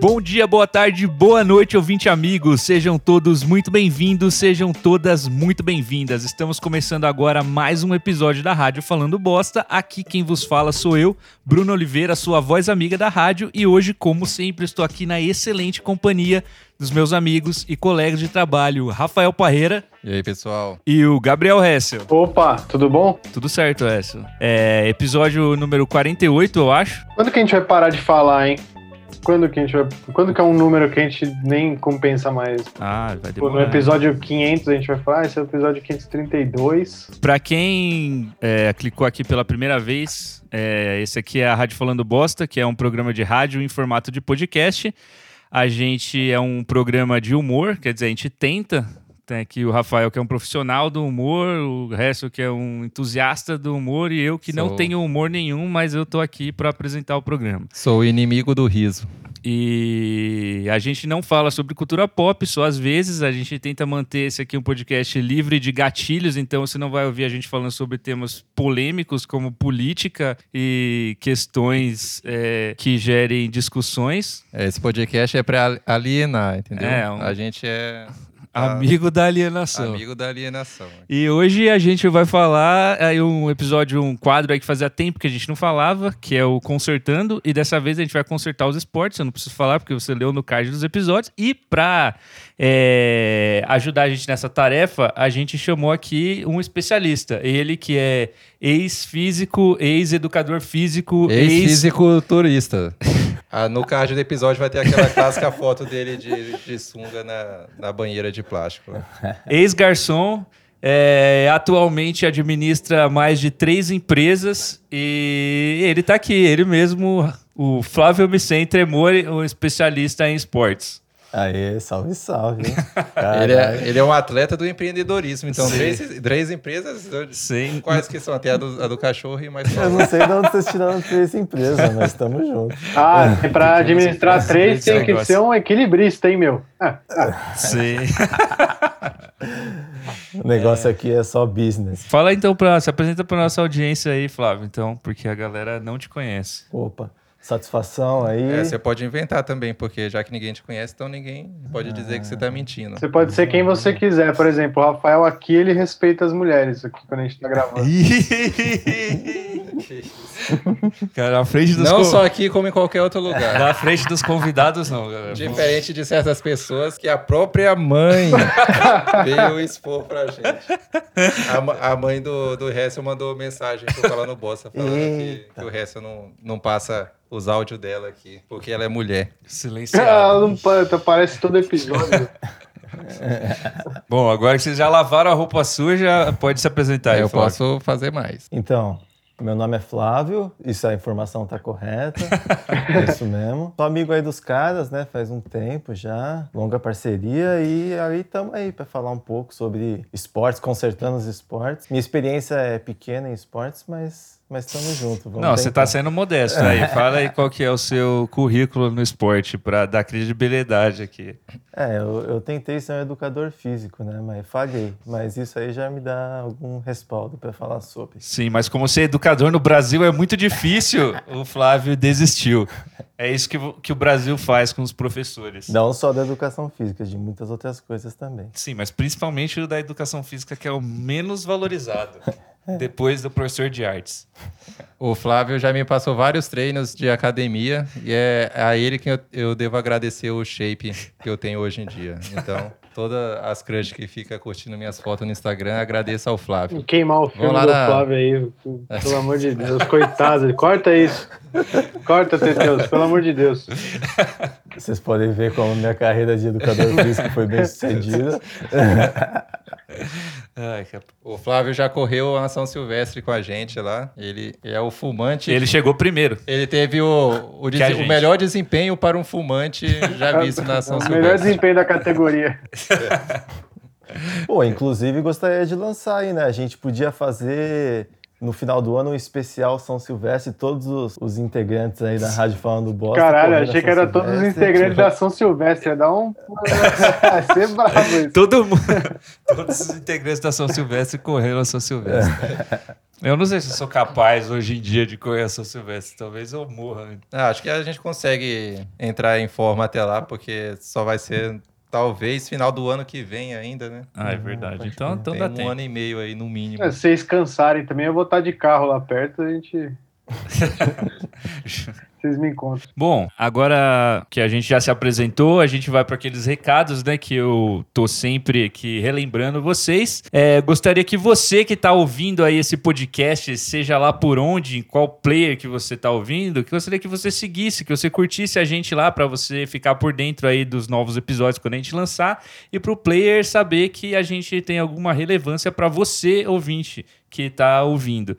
Bom dia, boa tarde, boa noite, ouvinte amigos. Sejam todos muito bem-vindos, sejam todas muito bem-vindas. Estamos começando agora mais um episódio da Rádio Falando Bosta. Aqui quem vos fala sou eu, Bruno Oliveira, sua voz amiga da rádio, e hoje, como sempre, estou aqui na excelente companhia dos meus amigos e colegas de trabalho, Rafael Parreira E aí, pessoal? e o Gabriel Hessel. Opa, tudo bom? Tudo certo, Hessel? É, episódio número 48, eu acho. Quando que a gente vai parar de falar, hein? Quando que a gente vai... Quando que é um número que a gente nem compensa mais? Ah, vai Pô, no demorar. episódio 500 a gente vai falar, "Ah, esse é o episódio 532. Pra quem é, clicou aqui pela primeira vez, é, esse aqui é a Rádio Falando Bosta, que é um programa de rádio em formato de podcast. A gente é um programa de humor, quer dizer, a gente tenta. Tem aqui o Rafael, que é um profissional do humor, o resto que é um entusiasta do humor, e eu que não Sou. tenho humor nenhum, mas eu tô aqui pra apresentar o programa. Sou o inimigo do riso. E a gente não fala sobre cultura pop, só às vezes. A gente tenta manter esse aqui um podcast livre de gatilhos, então você não vai ouvir a gente falando sobre temas polêmicos como política e questões é, que gerem discussões. É, Esse podcast é pra alienar, entendeu? É, um- A gente é Ah. Amigo da alienação. amigo da alienação. E hoje a gente vai falar aí um episódio, um quadro aí que fazia tempo que a gente não falava, que é o Consertando. E dessa vez a gente vai consertar os esportes. Eu não preciso falar porque você leu no card dos episódios. E pra é, ajudar a gente nessa tarefa, a gente chamou aqui um especialista. Ele que é ex-físico, ex-educador físico, ex... Ex-fisiculturista. Ah, no card do episódio vai ter aquela clássica foto dele de, de sunga na, na banheira de plástico. né? ex-garçom. é, atualmente administra mais de três empresas e ele tá aqui, ele mesmo, o Flávio Micen Tremori, um especialista em esportes. Aê, salve, salve. hein? Ele Caralho. é, ele é um atleta do empreendedorismo. Então, três, três empresas. Sim. Quais que são? Tem a do, a do cachorro e mais Eu não sei de onde vocês tiraram três empresas, mas tamo junto. Ah, e pra administrar três tem que negócio. ser um equilibrista, hein, meu? Ah, Sim. O negócio aqui é só business. Fala então, pra, se apresenta para nossa audiência aí, Flávio, então, porque a galera não te conhece. Opa, satisfação aí. É, você pode inventar também, porque já que ninguém te conhece, então ninguém pode dizer que você tá mentindo. você pode ser quem você quiser. Por exemplo, o Rafael aqui, ele respeita as mulheres aqui quando a gente tá gravando. Cara, na frente dos Não con- só aqui, como em qualquer outro lugar. na frente dos convidados, não, galera. Diferente de certas pessoas que a própria mãe veio expor pra gente. A, ma- a mãe do, do Hessel mandou mensagem pro Fala no Bossa falando que, Eita. que o Hessel não, não passa os áudios dela aqui, porque ela é mulher. Ah, é Silenciado. não pa- aparece todo episódio. Bom, agora que vocês já lavaram a roupa suja, pode se apresentar aí, Tá, eu Flávio. posso fazer mais. Então, meu nome é Flávio, isso a informação tá correta. é isso mesmo. Sou amigo aí dos caras, né? Faz um tempo já, longa parceria e aí tamo aí pra falar um pouco sobre esportes, consertando os esportes. Minha experiência é pequena em esportes, mas mas tamo junto. Vamos Não, você tentar. tá sendo modesto aí. Fala aí qual que é o seu currículo no esporte para dar credibilidade aqui. É, eu, eu tentei ser um educador físico, né? Mas falhei. Mas isso aí já me dá algum respaldo pra falar sobre. Sim, mas como ser educador no Brasil é muito difícil, o Flávio desistiu. É isso que, vo- que o Brasil faz com os professores. Não só da educação física, de muitas outras coisas também. Sim, mas principalmente o da educação física, que é o menos valorizado, É. depois do professor de artes. O Flávio já me passou vários treinos de academia e é a ele que eu, eu devo agradecer o shape que eu tenho hoje em dia. Então, todas as crush que fica curtindo minhas fotos no Instagram, agradeço ao Flávio. Queimar o filme Vamos lá do na- Flávio aí, pelo amor de Deus, coitado. Corta isso. Corta, Teteus, pelo amor de Deus. Vocês podem ver como minha carreira de educador físico foi bem sucedida. Ai, cap- O Flávio já correu a São Silvestre com a gente lá. Ele é o fumante. Ele, Ele chegou primeiro. teve o, o, Que a dese- o gente. melhor desempenho para um fumante já visto na São O melhor Silvestre. desempenho da categoria. Pô, inclusive gostaria de lançar aí, né? A gente podia fazer no final do ano, um especial São Silvestre, todos os, os integrantes aí da Rádio Falando Bosta. Caralho, correndo a achei que é São era todos os Silvestre. integrantes da São Silvestre. Ia dar um. Ia ser bravo isso. Todo mundo, todos os integrantes da São Silvestre correram a São Silvestre. Eu não sei se eu sou capaz hoje em dia de correr a São Silvestre. Talvez eu morra. Ah, acho que a gente consegue entrar em forma até lá, porque só vai ser talvez final do ano que vem ainda, né? Ah, é verdade. Então, então Tem dá um tempo. ano e meio aí no mínimo. É, Se vocês cansarem também, eu vou estar de carro lá perto, a gente. Vocês me encontram. Bom, agora que a gente já se apresentou, a gente vai para aqueles recados, né? Que eu tô sempre aqui relembrando vocês. É, gostaria que você que tá ouvindo aí esse podcast, seja lá por onde, em qual player que você tá ouvindo, que gostaria que você seguisse, que você curtisse a gente lá para você ficar por dentro aí dos novos episódios quando a gente lançar e pro player saber que a gente tem alguma relevância para você, ouvinte, que tá ouvindo.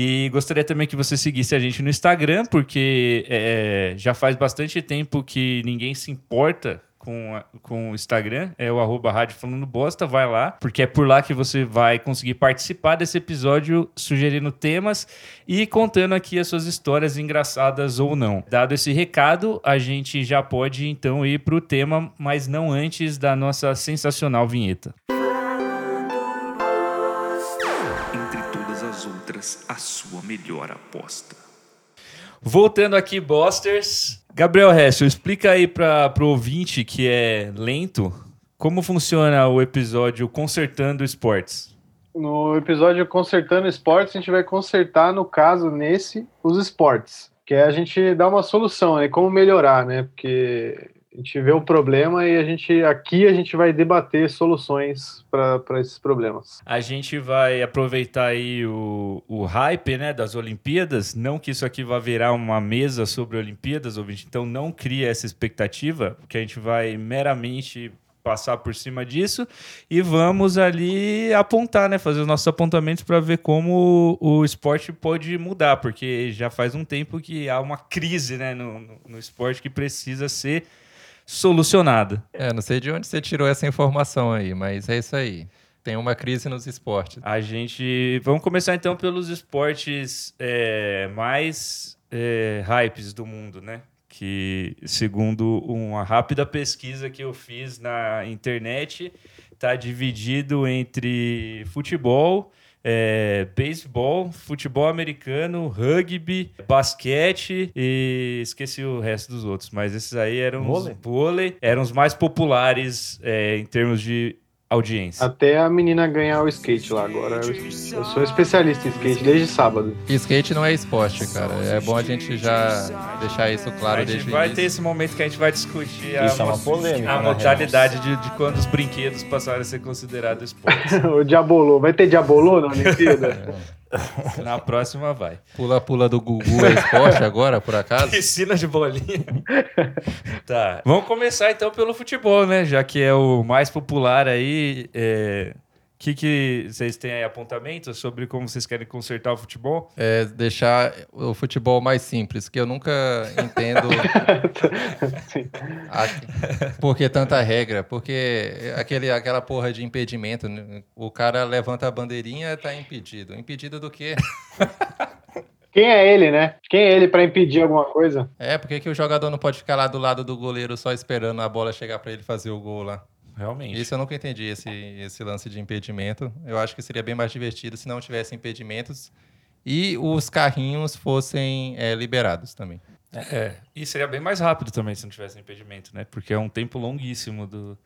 E gostaria também que você seguisse a gente no Instagram, porque é, já faz bastante tempo que ninguém se importa com, a- com o Instagram. É o arroba rádio falando bosta, vai lá, porque é por lá que você vai conseguir participar desse episódio, sugerindo temas e contando aqui as suas histórias engraçadas ou não. Dado esse recado, a gente já pode então ir para o tema, mas não antes da nossa sensacional vinheta. Entre todas as outras, a sua melhor aposta. Voltando aqui, Bosters. Gabriel Hessel, explica aí para o ouvinte que é lento como funciona o episódio Consertando Esportes. No episódio Consertando Esportes, a gente vai consertar, no caso, nesse, os esportes. Que é a gente dar uma solução, né? Como melhorar, né? Porque a gente vê o problema e a gente aqui a gente vai debater soluções para esses problemas. A gente vai aproveitar aí o, o hype né, das Olimpíadas. Não que isso aqui vá virar uma mesa sobre Olimpíadas, ouvinte, então não cria essa expectativa, porque a gente vai meramente passar por cima disso e vamos ali apontar, né, fazer os nossos apontamentos para ver como o, o esporte pode mudar, porque já faz um tempo que há uma crise, né, no, no- no esporte que precisa ser solucionada. É, não sei de onde você tirou essa informação aí, mas é isso aí. Tem uma crise nos esportes. A gente. Vamos começar então pelos esportes é, mais é, hypes do mundo, né? Que, segundo uma rápida pesquisa que eu fiz na internet, tá dividido entre futebol, é, beisebol, futebol americano, rugby, basquete e esqueci o resto dos outros, mas esses aí eram Vôlei? os vôlei, eram os mais populares é, em termos de audiência. Até a menina ganhar o skate lá agora. Eu, eu sou especialista em skate desde sábado. Skate não é esporte, cara. É bom a gente já deixar isso claro a gente desde o vai início. ter esse momento que a gente vai discutir a, Isso é uma mo- polêmica, a na modalidade de, de quando os brinquedos passaram a ser considerados esportes. o Diabolô. Vai ter Diabolô na Olimpíada? Na próxima vai. Pula-pula do Gugu é esporte agora, por acaso? Piscina de bolinha. tá. Vamos começar então pelo futebol, né? Já que é o mais popular aí. é, Que que vocês têm aí apontamentos sobre como vocês querem consertar o futebol? É deixar o futebol mais simples, que eu nunca entendo Sim. a- por que tanta regra, porque aquele, aquela porra de impedimento, né? o cara levanta a bandeirinha tá impedido. Impedido do quê? Quem é ele, né? Quem é ele para impedir alguma coisa? É, por que que o jogador não pode ficar lá do lado do goleiro só esperando a bola chegar pra ele fazer o gol lá? Realmente. Isso eu nunca entendi, esse, esse lance de impedimento. Eu acho que seria bem mais divertido se não tivesse impedimentos e os carrinhos fossem é, liberados também. É. E seria bem mais rápido também se não tivesse impedimento, né? Porque é um tempo longuíssimo do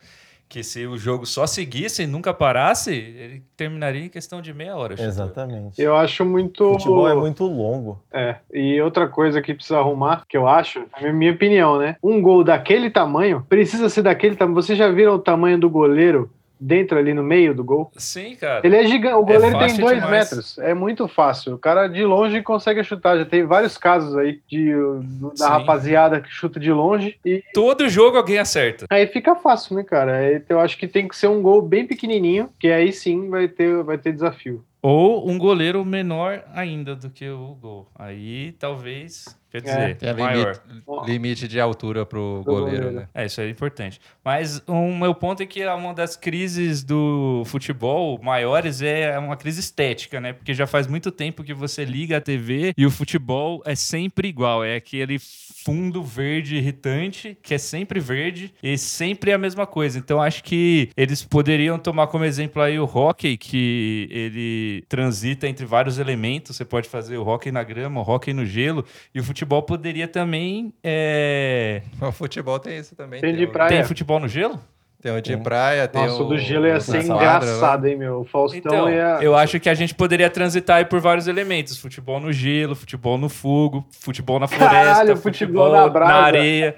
que se o jogo só seguisse e nunca parasse, ele terminaria em questão de meia hora. acho. Exatamente. Eu acho muito. Futebol é muito longo. É, e outra coisa que precisa arrumar, que eu acho, é minha opinião, né? Um gol daquele tamanho precisa ser daquele tamanho. Vocês já viram o tamanho do goleiro dentro ali no meio do gol? Sim, cara. Ele é gigante, o goleiro tem fácil dois demais. metros. É muito fácil. O cara de longe consegue chutar. Já tem vários casos aí de, do- da Sim. rapaziada que chuta de longe e Todo jogo alguém acerta. aí fica fácil, né, cara? Aí Eu acho que tem que ser um gol bem pequenininho, que aí sim vai ter, vai ter desafio. Ou um goleiro menor ainda do que o gol. Aí talvez Quer dizer, Tem a maior. É limite, limite de altura pro goleiro, goleiro. né? É, isso é importante. Mas um meu ponto é que uma das crises do futebol maiores é uma crise estética, né? Porque já faz muito tempo que você liga a TV e o futebol é sempre igual. É aquele fundo verde irritante, que é sempre verde e sempre a mesma coisa. Então acho que eles poderiam tomar como exemplo aí o hockey, que ele transita entre vários elementos. Você pode fazer o hockey na grama, o hockey no gelo. E o futebol poderia também... é, O futebol tem isso também. Tem de o- praia. Ah, tem é. futebol no gelo? Tem o de praia, tem Nossa, o o... né? do gelo ia da ser quadra, engraçado, hein, meu? O Faustão Então, ia. eu acho que a gente poderia transitar aí por vários elementos: futebol no gelo, futebol no fogo, futebol na floresta, Caralho, futebol, futebol na brasa. areia,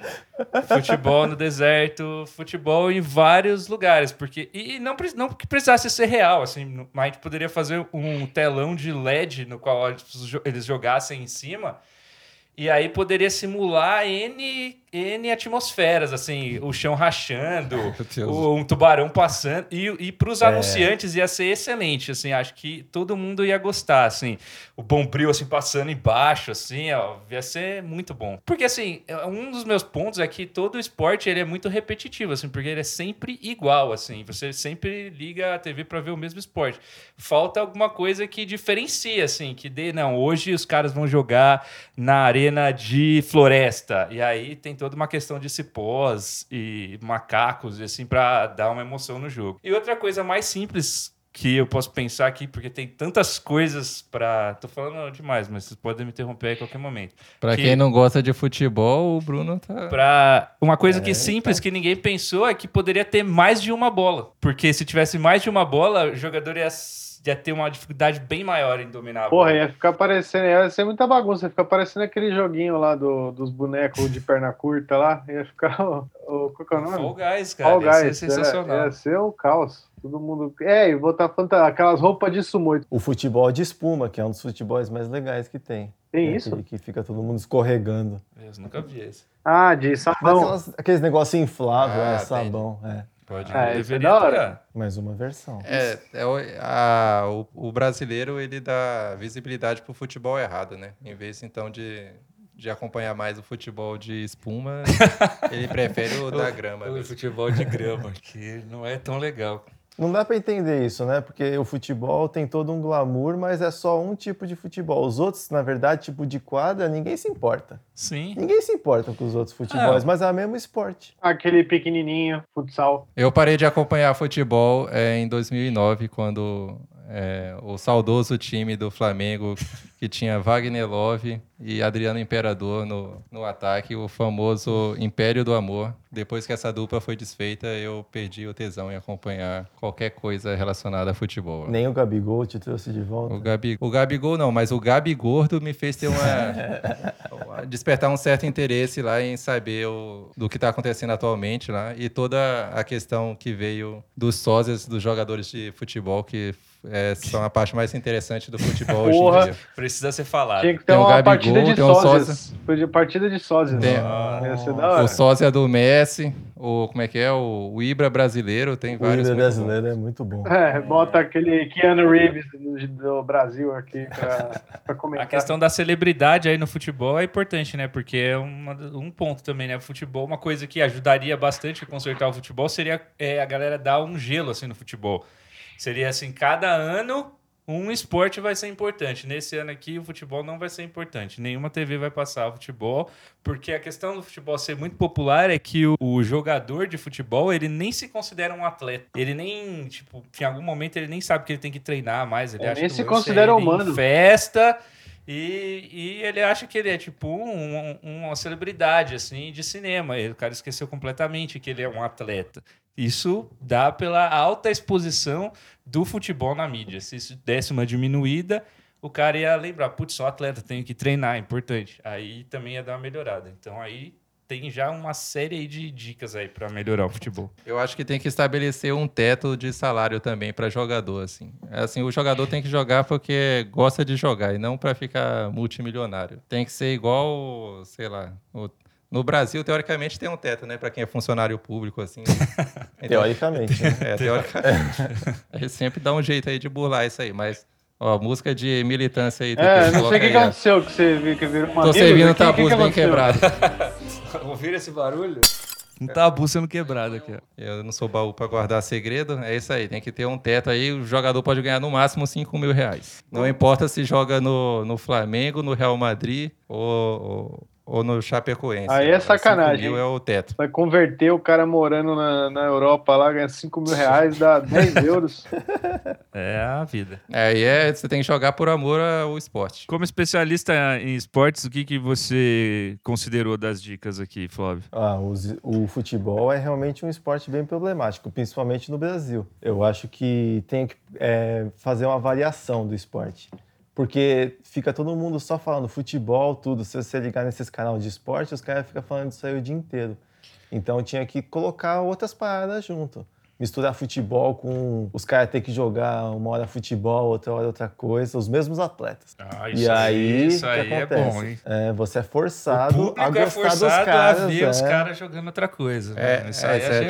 futebol no deserto, futebol em vários lugares. Porque, e não, pre- não que precisasse ser real, assim, no- mas a gente poderia fazer um telão de LED no qual eles jo- eles jogassem em cima. E aí poderia simular N, N atmosferas, assim, o chão rachando, Meu Deus. o- um tubarão passando. E, e pros anunciantes ia ser excelente, assim, acho que todo mundo ia gostar, assim. O bombril, assim, passando embaixo, assim, ó, ia ser muito bom. Porque, assim, é- um dos meus pontos é que todo esporte, ele é muito repetitivo, assim, porque ele é sempre igual, assim. Você sempre liga a TV pra ver o mesmo esporte. Falta alguma coisa que diferencia, assim, que dê, não, hoje os caras vão jogar na arena de floresta. E aí tem toda uma questão de cipós e macacos, e assim, pra dar uma emoção no jogo. E outra coisa mais simples que eu posso pensar aqui, porque tem tantas coisas pra. Tô falando demais, mas vocês podem me interromper aí a qualquer momento. Pra que- quem não gosta de futebol, o Bruno tá... Pra uma coisa que simples que ninguém pensou é que poderia ter mais de uma bola. Porque se tivesse mais de uma bola, o jogador ia, s- ia ter uma dificuldade bem maior em dominar a bola. Porra, é ia ficar parecendo, ia ser muita bagunça, ia ficar parecendo aquele joguinho lá do, dos bonecos de perna curta lá, ia ficar o, o qual que é o nome? Fall Guys, cara. Fall ia ser Guys, é, era- sensacional. Ia ser um caos. Todo mundo. É, e botar fanta... aquelas roupas de sumo. O futebol de espuma, que é um dos futebols mais legais que tem. Tem É isso? aquele Que fica todo mundo escorregando. Eu nunca vi esse. Ah, de Mas sabão. aquelas- aqueles negócios infláveis, Ah, é, tem. sabão. É. Pode Ah, ver. isso é Deveria da hora. ter. Mais uma versão. É, é o, a- o, o brasileiro, ele dá visibilidade pro futebol errado, né? Em vez, então, de, de acompanhar mais o futebol de espuma, ele prefere o da grama. O mesmo. futebol de grama, que não é tão legal. Não dá pra entender isso, né? Porque o futebol tem todo um glamour, mas é só um tipo de futebol. Os outros, na verdade, tipo de quadra, ninguém se importa. Sim. Ninguém se importa com os outros futebols, mas é o mesmo esporte. Aquele pequenininho, futsal. Eu parei de acompanhar futebol é, em 2009, quando é, o saudoso time do Flamengo, que tinha Wagner Love e Adriano Imperador no, no ataque, o famoso Império do Amor. Depois que essa dupla foi desfeita, eu perdi o tesão em acompanhar qualquer coisa relacionada a futebol. Nem o Gabigol te trouxe de volta. O, Gabi, o Gabigol não, mas o Gabi Gordo me fez ter uma, uma- despertar um certo interesse lá em saber o- do que está acontecendo atualmente lá e toda a questão que veio dos sósias dos jogadores de futebol que é, são a parte mais interessante do futebol hoje em Porra. dia. Precisa ser falado. Tinha que ter Tem um uma Gabigol, partida de tem um sósias. Podia- Partida de sósias. Tem- Nossa, Ia ser da O hora. sósia do Messi, o como é que é o, o Ibra brasileiro tem O vários. líder muito bons. brasileiro é muito bom. É, bota aquele Keanu Reeves do, do Brasil aqui pra, pra comentar. A questão da celebridade aí no futebol é importante, né? Porque é uma- um ponto também, né? O futebol, uma coisa que ajudaria bastante a consertar o futebol seria é, a galera dar um gelo, assim, no futebol. Seria assim, cada ano um esporte vai ser importante. Nesse ano aqui, o futebol não vai ser importante. Nenhuma TV vai passar o futebol, porque a questão do futebol ser muito popular é que o, o jogador de futebol, ele nem se considera um atleta. Ele nem, tipo, em algum momento ele nem sabe que ele tem que treinar mais. Ele Ele acha nem que o se lance é considera ele ir em humano. Festa, e, e ele acha que ele é tipo um- um- uma celebridade assim de cinema. E o cara esqueceu completamente que ele é um atleta. Isso dá pela alta exposição do futebol na mídia. Se isso desse uma diminuída, o cara ia lembrar, putz, sou atleta, tenho que treinar, é importante. Aí também ia dar uma melhorada. Então aí tem já uma série aí de dicas aí para melhorar o futebol. Eu acho que tem que estabelecer um teto de salário também para jogador, assim. Assim, o jogador tem que jogar porque gosta de jogar e não para ficar multimilionário. Tem que ser igual, sei lá, o- no Brasil teoricamente tem um teto, né, para quem é funcionário público assim. Então, Teoricamente. né? é, teoricamente. Ele sempre dá um jeito aí de burlar isso aí, mas Ó, música de militância aí. É, Tetê, não coloca sei o que aí, que ó. aconteceu, que você vi- que virou uma né? Tô servindo tabus bem quebrado. Ouviram esse barulho? Um tabu sendo quebrado aqui, ó. Eu não sou baú pra guardar segredo. É isso aí. Tem que ter um teto aí. O jogador pode ganhar no máximo 5 mil reais. Não importa se joga no, no Flamengo, no Real Madrid ou, ou, ou no Chapecoense. Aí é Os 5 sacanagem, mil hein? é o teto. Vai converter o cara morando na, na Europa lá, ganha 5 mil reais, dá 10 euros. É a vida. Aí é, você tem que jogar por amor ao esporte. Como especialista em esportes, o que, que você considerou das dicas aqui, Flávio? Ah, os- o futebol é realmente um esporte bem problemático, principalmente no Brasil. Eu acho que tem que é, fazer uma avaliação do esporte. Porque fica todo mundo só falando futebol, tudo. Se você ligar nesses canais de esporte, os caras ficam falando isso aí o dia inteiro. Então tinha que colocar outras paradas junto. Misturar futebol com os caras ter que jogar uma hora futebol, outra hora outra coisa, os mesmos atletas. Ah, E aí, isso o que aí é acontece? bom, hein? É, você é O forçado a público gostar é forçado dos caras, a ver os né? caras jogando outra coisa. É, né? isso aí é, achei bom.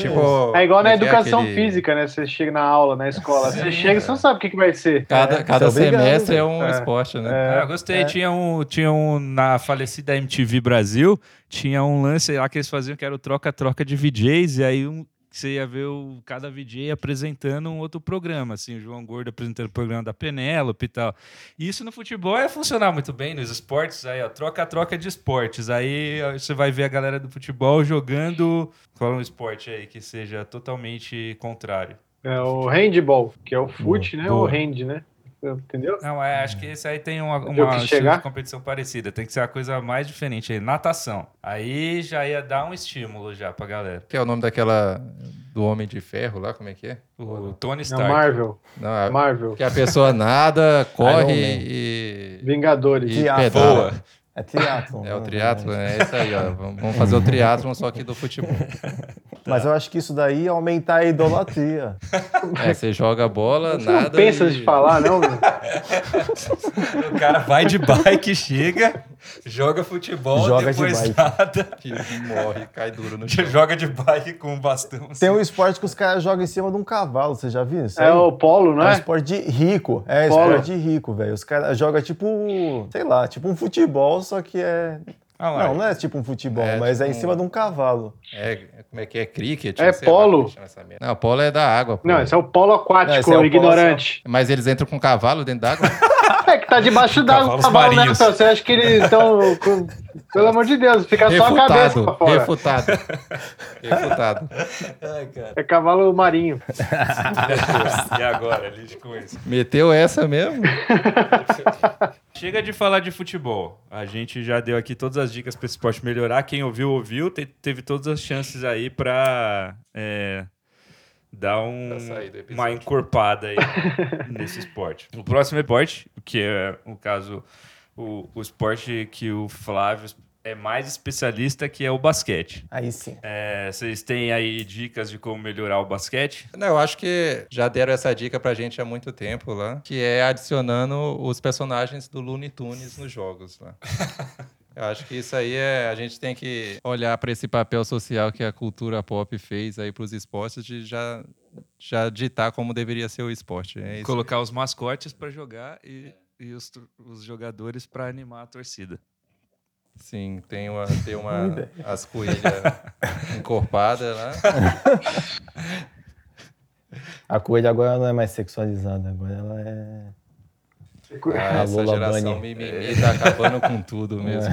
tipo. É igual na como que é educação aquele- física, né? Você chega na aula, na escola, você chega e você não sabe o que, que vai ser. Cada, É, cada você é obrigado, semestre é velho. um tá É. esporte, né? Ah, eu gostei. Tinha, um, tinha um na falecida MTV Brasil, tinha um lance lá que eles faziam que era o troca-troca de VJs, e aí um, você ia ver o, cada VJ apresentando um outro programa, assim, o João Gordo apresentando o programa da Penélope e tal. E isso no futebol ia funcionar muito bem, nos esportes, aí, ó, troca-troca de esportes. Aí ó, você vai ver a galera do futebol jogando. Fala um esporte aí que seja totalmente contrário. É o handball, que é o fute, né? Boa. O hand, né? Entendeu? um Não, é, acho que esse aí tem uma, Eu uma quis estilo chegar. de competição parecida. Tem que ser a coisa mais diferente aí. Natação. Aí já ia dar um estímulo já pra galera. Que é o nome daquela. Do Homem de Ferro lá, como é que é? O Tony É Stark. Marvel. Não, a- Marvel. que a pessoa nada, Iron corre Man. e. Vingadores. e Triatlo. pedala. É triatlon. É o né, triatlo, né? É isso aí, ó. Vamos vamos fazer o triatlo só que do futebol. Mas eu acho que isso daí é aumentar a idolatria. É, você joga bola, Você nada. não pensa de falar, não? meu? O cara vai de bike, chega, joga futebol, Joga de depois bike. Tá nada. e morre, cai duro no chão. Joga de bike com um bastão. assim. Tem um esporte que os caras jogam em cima de um cavalo, você já viu isso? É aí? o polo, não É um é? esporte de rico. É Polo. esporte de rico, velho. Os caras jogam tipo, sei lá, tipo um futebol, só que é. Ah lá. Não, não é tipo um futebol, É, mas é em tipo um- cima de um cavalo. É, como é que é? Cricket? É Não sei lá polo. como chama essa merda. Não, polo é da água. pô. Não, esse é o polo Não, aquático, esse é o o polo ignorante. Mas eles entram com um cavalo dentro d'água? É que tá debaixo d'água, Cavalos cavalo marinhos. nessa. né, Você acha que eles estão. com- Pelo amor de Deus, fica É só a cabeça refutado, pra fora. refutado. refutado. Ai, cara. É cavalo marinho. é E agora, lixo com isso. Meteu essa mesmo? Chega de falar de futebol. A gente já deu aqui todas as dicas para esse esporte melhorar. Quem ouviu, ouviu. Te- teve todas as chances aí para dar um- Pra sair do episódio. uma encorpada aí nesse esporte. O próximo esporte, que é o caso, o, o esporte que o Flávio é mais especialista, que é o basquete. Aí sim. É, vocês têm aí dicas de como melhorar o basquete? Não, eu acho que já deram essa dica pra gente há muito tempo lá, que é adicionando os personagens do Looney Tunes nos jogos lá. Eu acho que isso aí é. A gente tem que olhar para esse papel social que a cultura pop fez aí pros esportes de já, já ditar como deveria ser o esporte. É isso. Colocar os mascotes para jogar e, e os, tr- os jogadores para animar a torcida. Sim, tem uma, tem Boa uma ideia. as coelhas encorpadas lá. A coelha agora não é mais sexualizada, agora ela é. Ah, A essa Lola geração Bunny. mimimi tá acabando com tudo mesmo.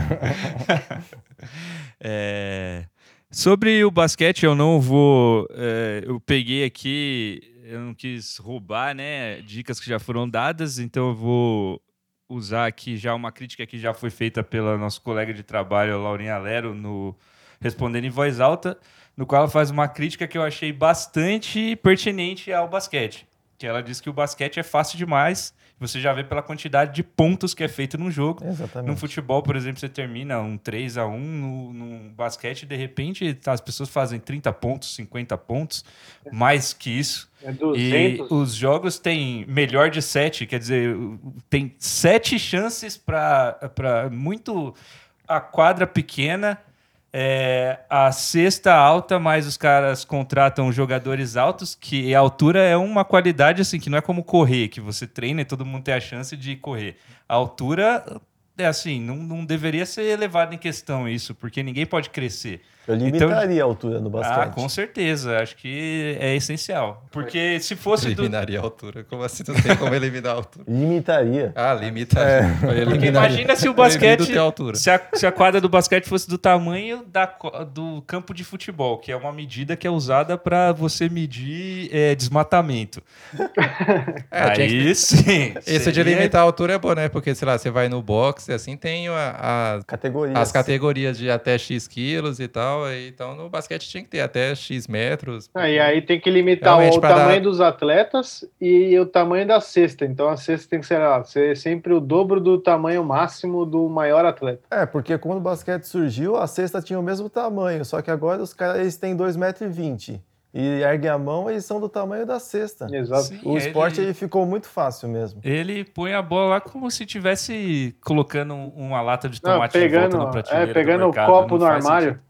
É, Sobre o basquete, eu não vou. é, eu peguei aqui, eu não quis roubar, né? Dicas que já foram dadas, então eu vou usar aqui já uma crítica que já foi feita pela nossa colega de trabalho, Laurinha Lero, no Respondendo em Voz Alta, no qual ela faz uma crítica que eu achei bastante pertinente ao basquete. Que ela diz que o basquete é fácil demais. Você já vê pela quantidade de pontos que é feito num jogo. No Exatamente. futebol, por exemplo, você termina um 3 a 1 no, no basquete, de repente tá, as pessoas fazem 30 pontos, 50 pontos, mais que isso. É E 200. os jogos têm melhor de 7, quer dizer, tem 7 chances para muito a quadra pequena é, a cesta alta, mas os caras contratam jogadores altos, que a altura é uma qualidade assim, que não é como correr, que você treina e todo mundo tem a chance de correr. A altura é assim, não, não deveria ser levado em questão isso, porque ninguém pode crescer. Eu limitaria a altura no Ah, basquete. com certeza, acho que é essencial. Porque se fosse do, Eliminaria a altura. Como assim? Não tem como eliminar a altura. Limitaria. Ah, limita. É. Porque imagina se o basquete. Ter altura. Se a, se a quadra do basquete fosse do tamanho da, co- do campo de futebol, que é uma medida que é usada para você medir é, desmatamento. É, tinha que- Aí sim. Isso de seria- limitar a altura é bom, né? Porque, sei lá, você vai no boxe, assim, tem a- a- Categorias. é. as categorias de até X quilos e tal. aí, Então, no basquete tinha que ter até X metros. Ah, e aí tem que limitar Realmente, o pra tamanho dar- dos atletas e o tamanho da cesta. Então a cesta tem que ser, ah, ser sempre o dobro do tamanho máximo do maior atleta. É, porque quando o basquete surgiu, a cesta tinha o mesmo tamanho, só que agora os caras eles têm 2,20m. E erguem a mão, eles são do tamanho da cesta. Exato. Sim, O esporte ele- ele ficou muito fácil mesmo. Ele põe a bola lá como se estivesse colocando um- uma lata de Não, tomate de pegando, volta na prateleira. é, do pegando o mercado, copo não no faz armário. sentido.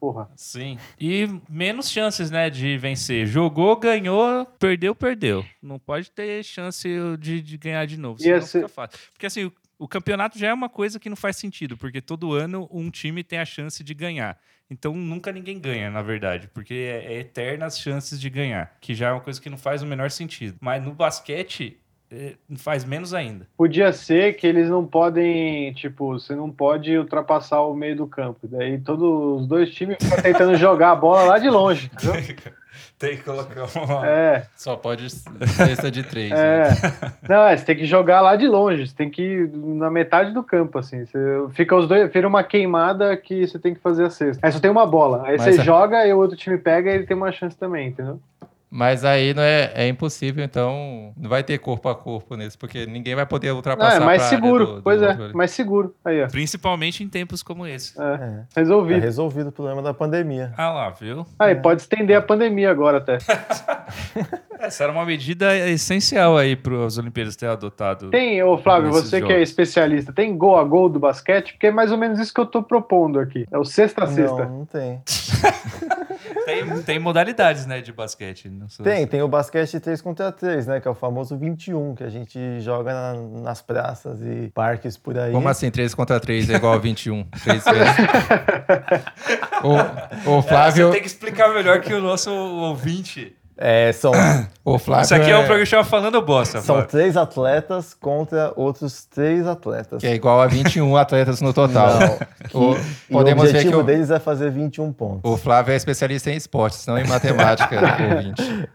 Porra. Sim. E menos chances, né, de vencer. Jogou, ganhou, perdeu, perdeu. Não pode ter chance de, de ganhar de novo. E Senão esse- fica fácil. Porque assim, o, o campeonato já é uma coisa que não faz sentido, porque todo ano um time tem a chance de ganhar. Então nunca ninguém ganha, na verdade, porque é, é eterna as chances de ganhar, que já é uma coisa que não faz o menor sentido. Mas no basquete eh, faz menos ainda. Podia ser que eles não podem, tipo, você não pode ultrapassar o meio do campo. Daí todos os dois times ficam tentando jogar a bola lá de longe. entendeu? Tem que colocar Ah, uma. É, Só pode cesta de três. é. Né? Não, é, você tem que jogar lá de longe, você tem que ir na metade do campo, assim. Você fica os dois, vira uma queimada que você tem que fazer a cesta. Aí só tem uma bola. Aí Mas você é- joga e o outro time pega e ele tem uma chance também, entendeu? Mas aí não é, é impossível, então não vai ter corpo a corpo nesse, porque ninguém vai poder Não, ultrapassar. é mais pra área seguro, do- do pois é, outro ali. mais seguro. Aí, ó. Principalmente em tempos como esse. É, É. Tá resolvi. resolvido o problema da pandemia. Ah lá, viu? Aí, é. pode estender a pandemia agora até. Essa era uma medida essencial aí para as Olimpíadas ter adotado. Tem, ô Flávio, Nesses você que é jogos. especialista, tem gol a gol do basquete? Porque é mais ou menos isso que eu tô propondo aqui. É o sexta a Não, sexta. não tem. Tem, tem modalidades, né, de basquete. Não sei Tem, se- tem o basquete 3 contra 3, né? Que é o famoso 21, que a gente joga na- nas praças e parques por aí. Como assim, 3 contra 3 é igual a 21? 3 vezes. o, o Flávio. Você tem que explicar melhor que o nosso ouvinte. É, são, O Flávio Isso aqui é, um programa que chama Falando Bosta. Ah, são Flávio. três atletas contra outros três atletas. que é igual a 21 atletas no total. O- E o podemos ver objetivo que o, deles é fazer 21 pontos. o Flávio é especialista em esportes, não em matemática, né? ouvinte.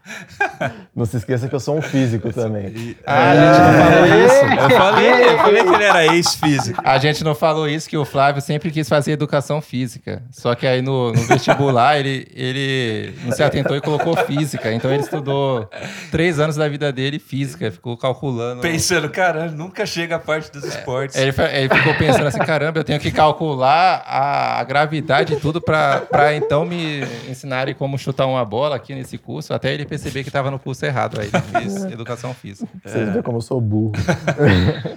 Não se esqueça que eu sou um físico também. Ah, a gente não falou isso. Eu falei, É. eu falei que ele era ex-físico. A gente não falou isso, que o Flávio sempre quis fazer educação física. Só que aí no, no vestibular ele, ele não se atentou e colocou física. Então ele estudou três anos da vida dele física, ficou calculando. Pensando, caralho, nunca chega a parte É. dos esportes. Ele, fa- ele ficou pensando assim: caramba, eu tenho que calcular a, a gravidade e tudo pra, pra então me ensinarem como chutar uma bola aqui nesse curso, até ele perceber que estava no curso errado. Aí ele fez educação física. É. Vocês veem como eu sou burro.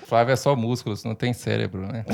Flávio é só músculos, não tem cérebro, né?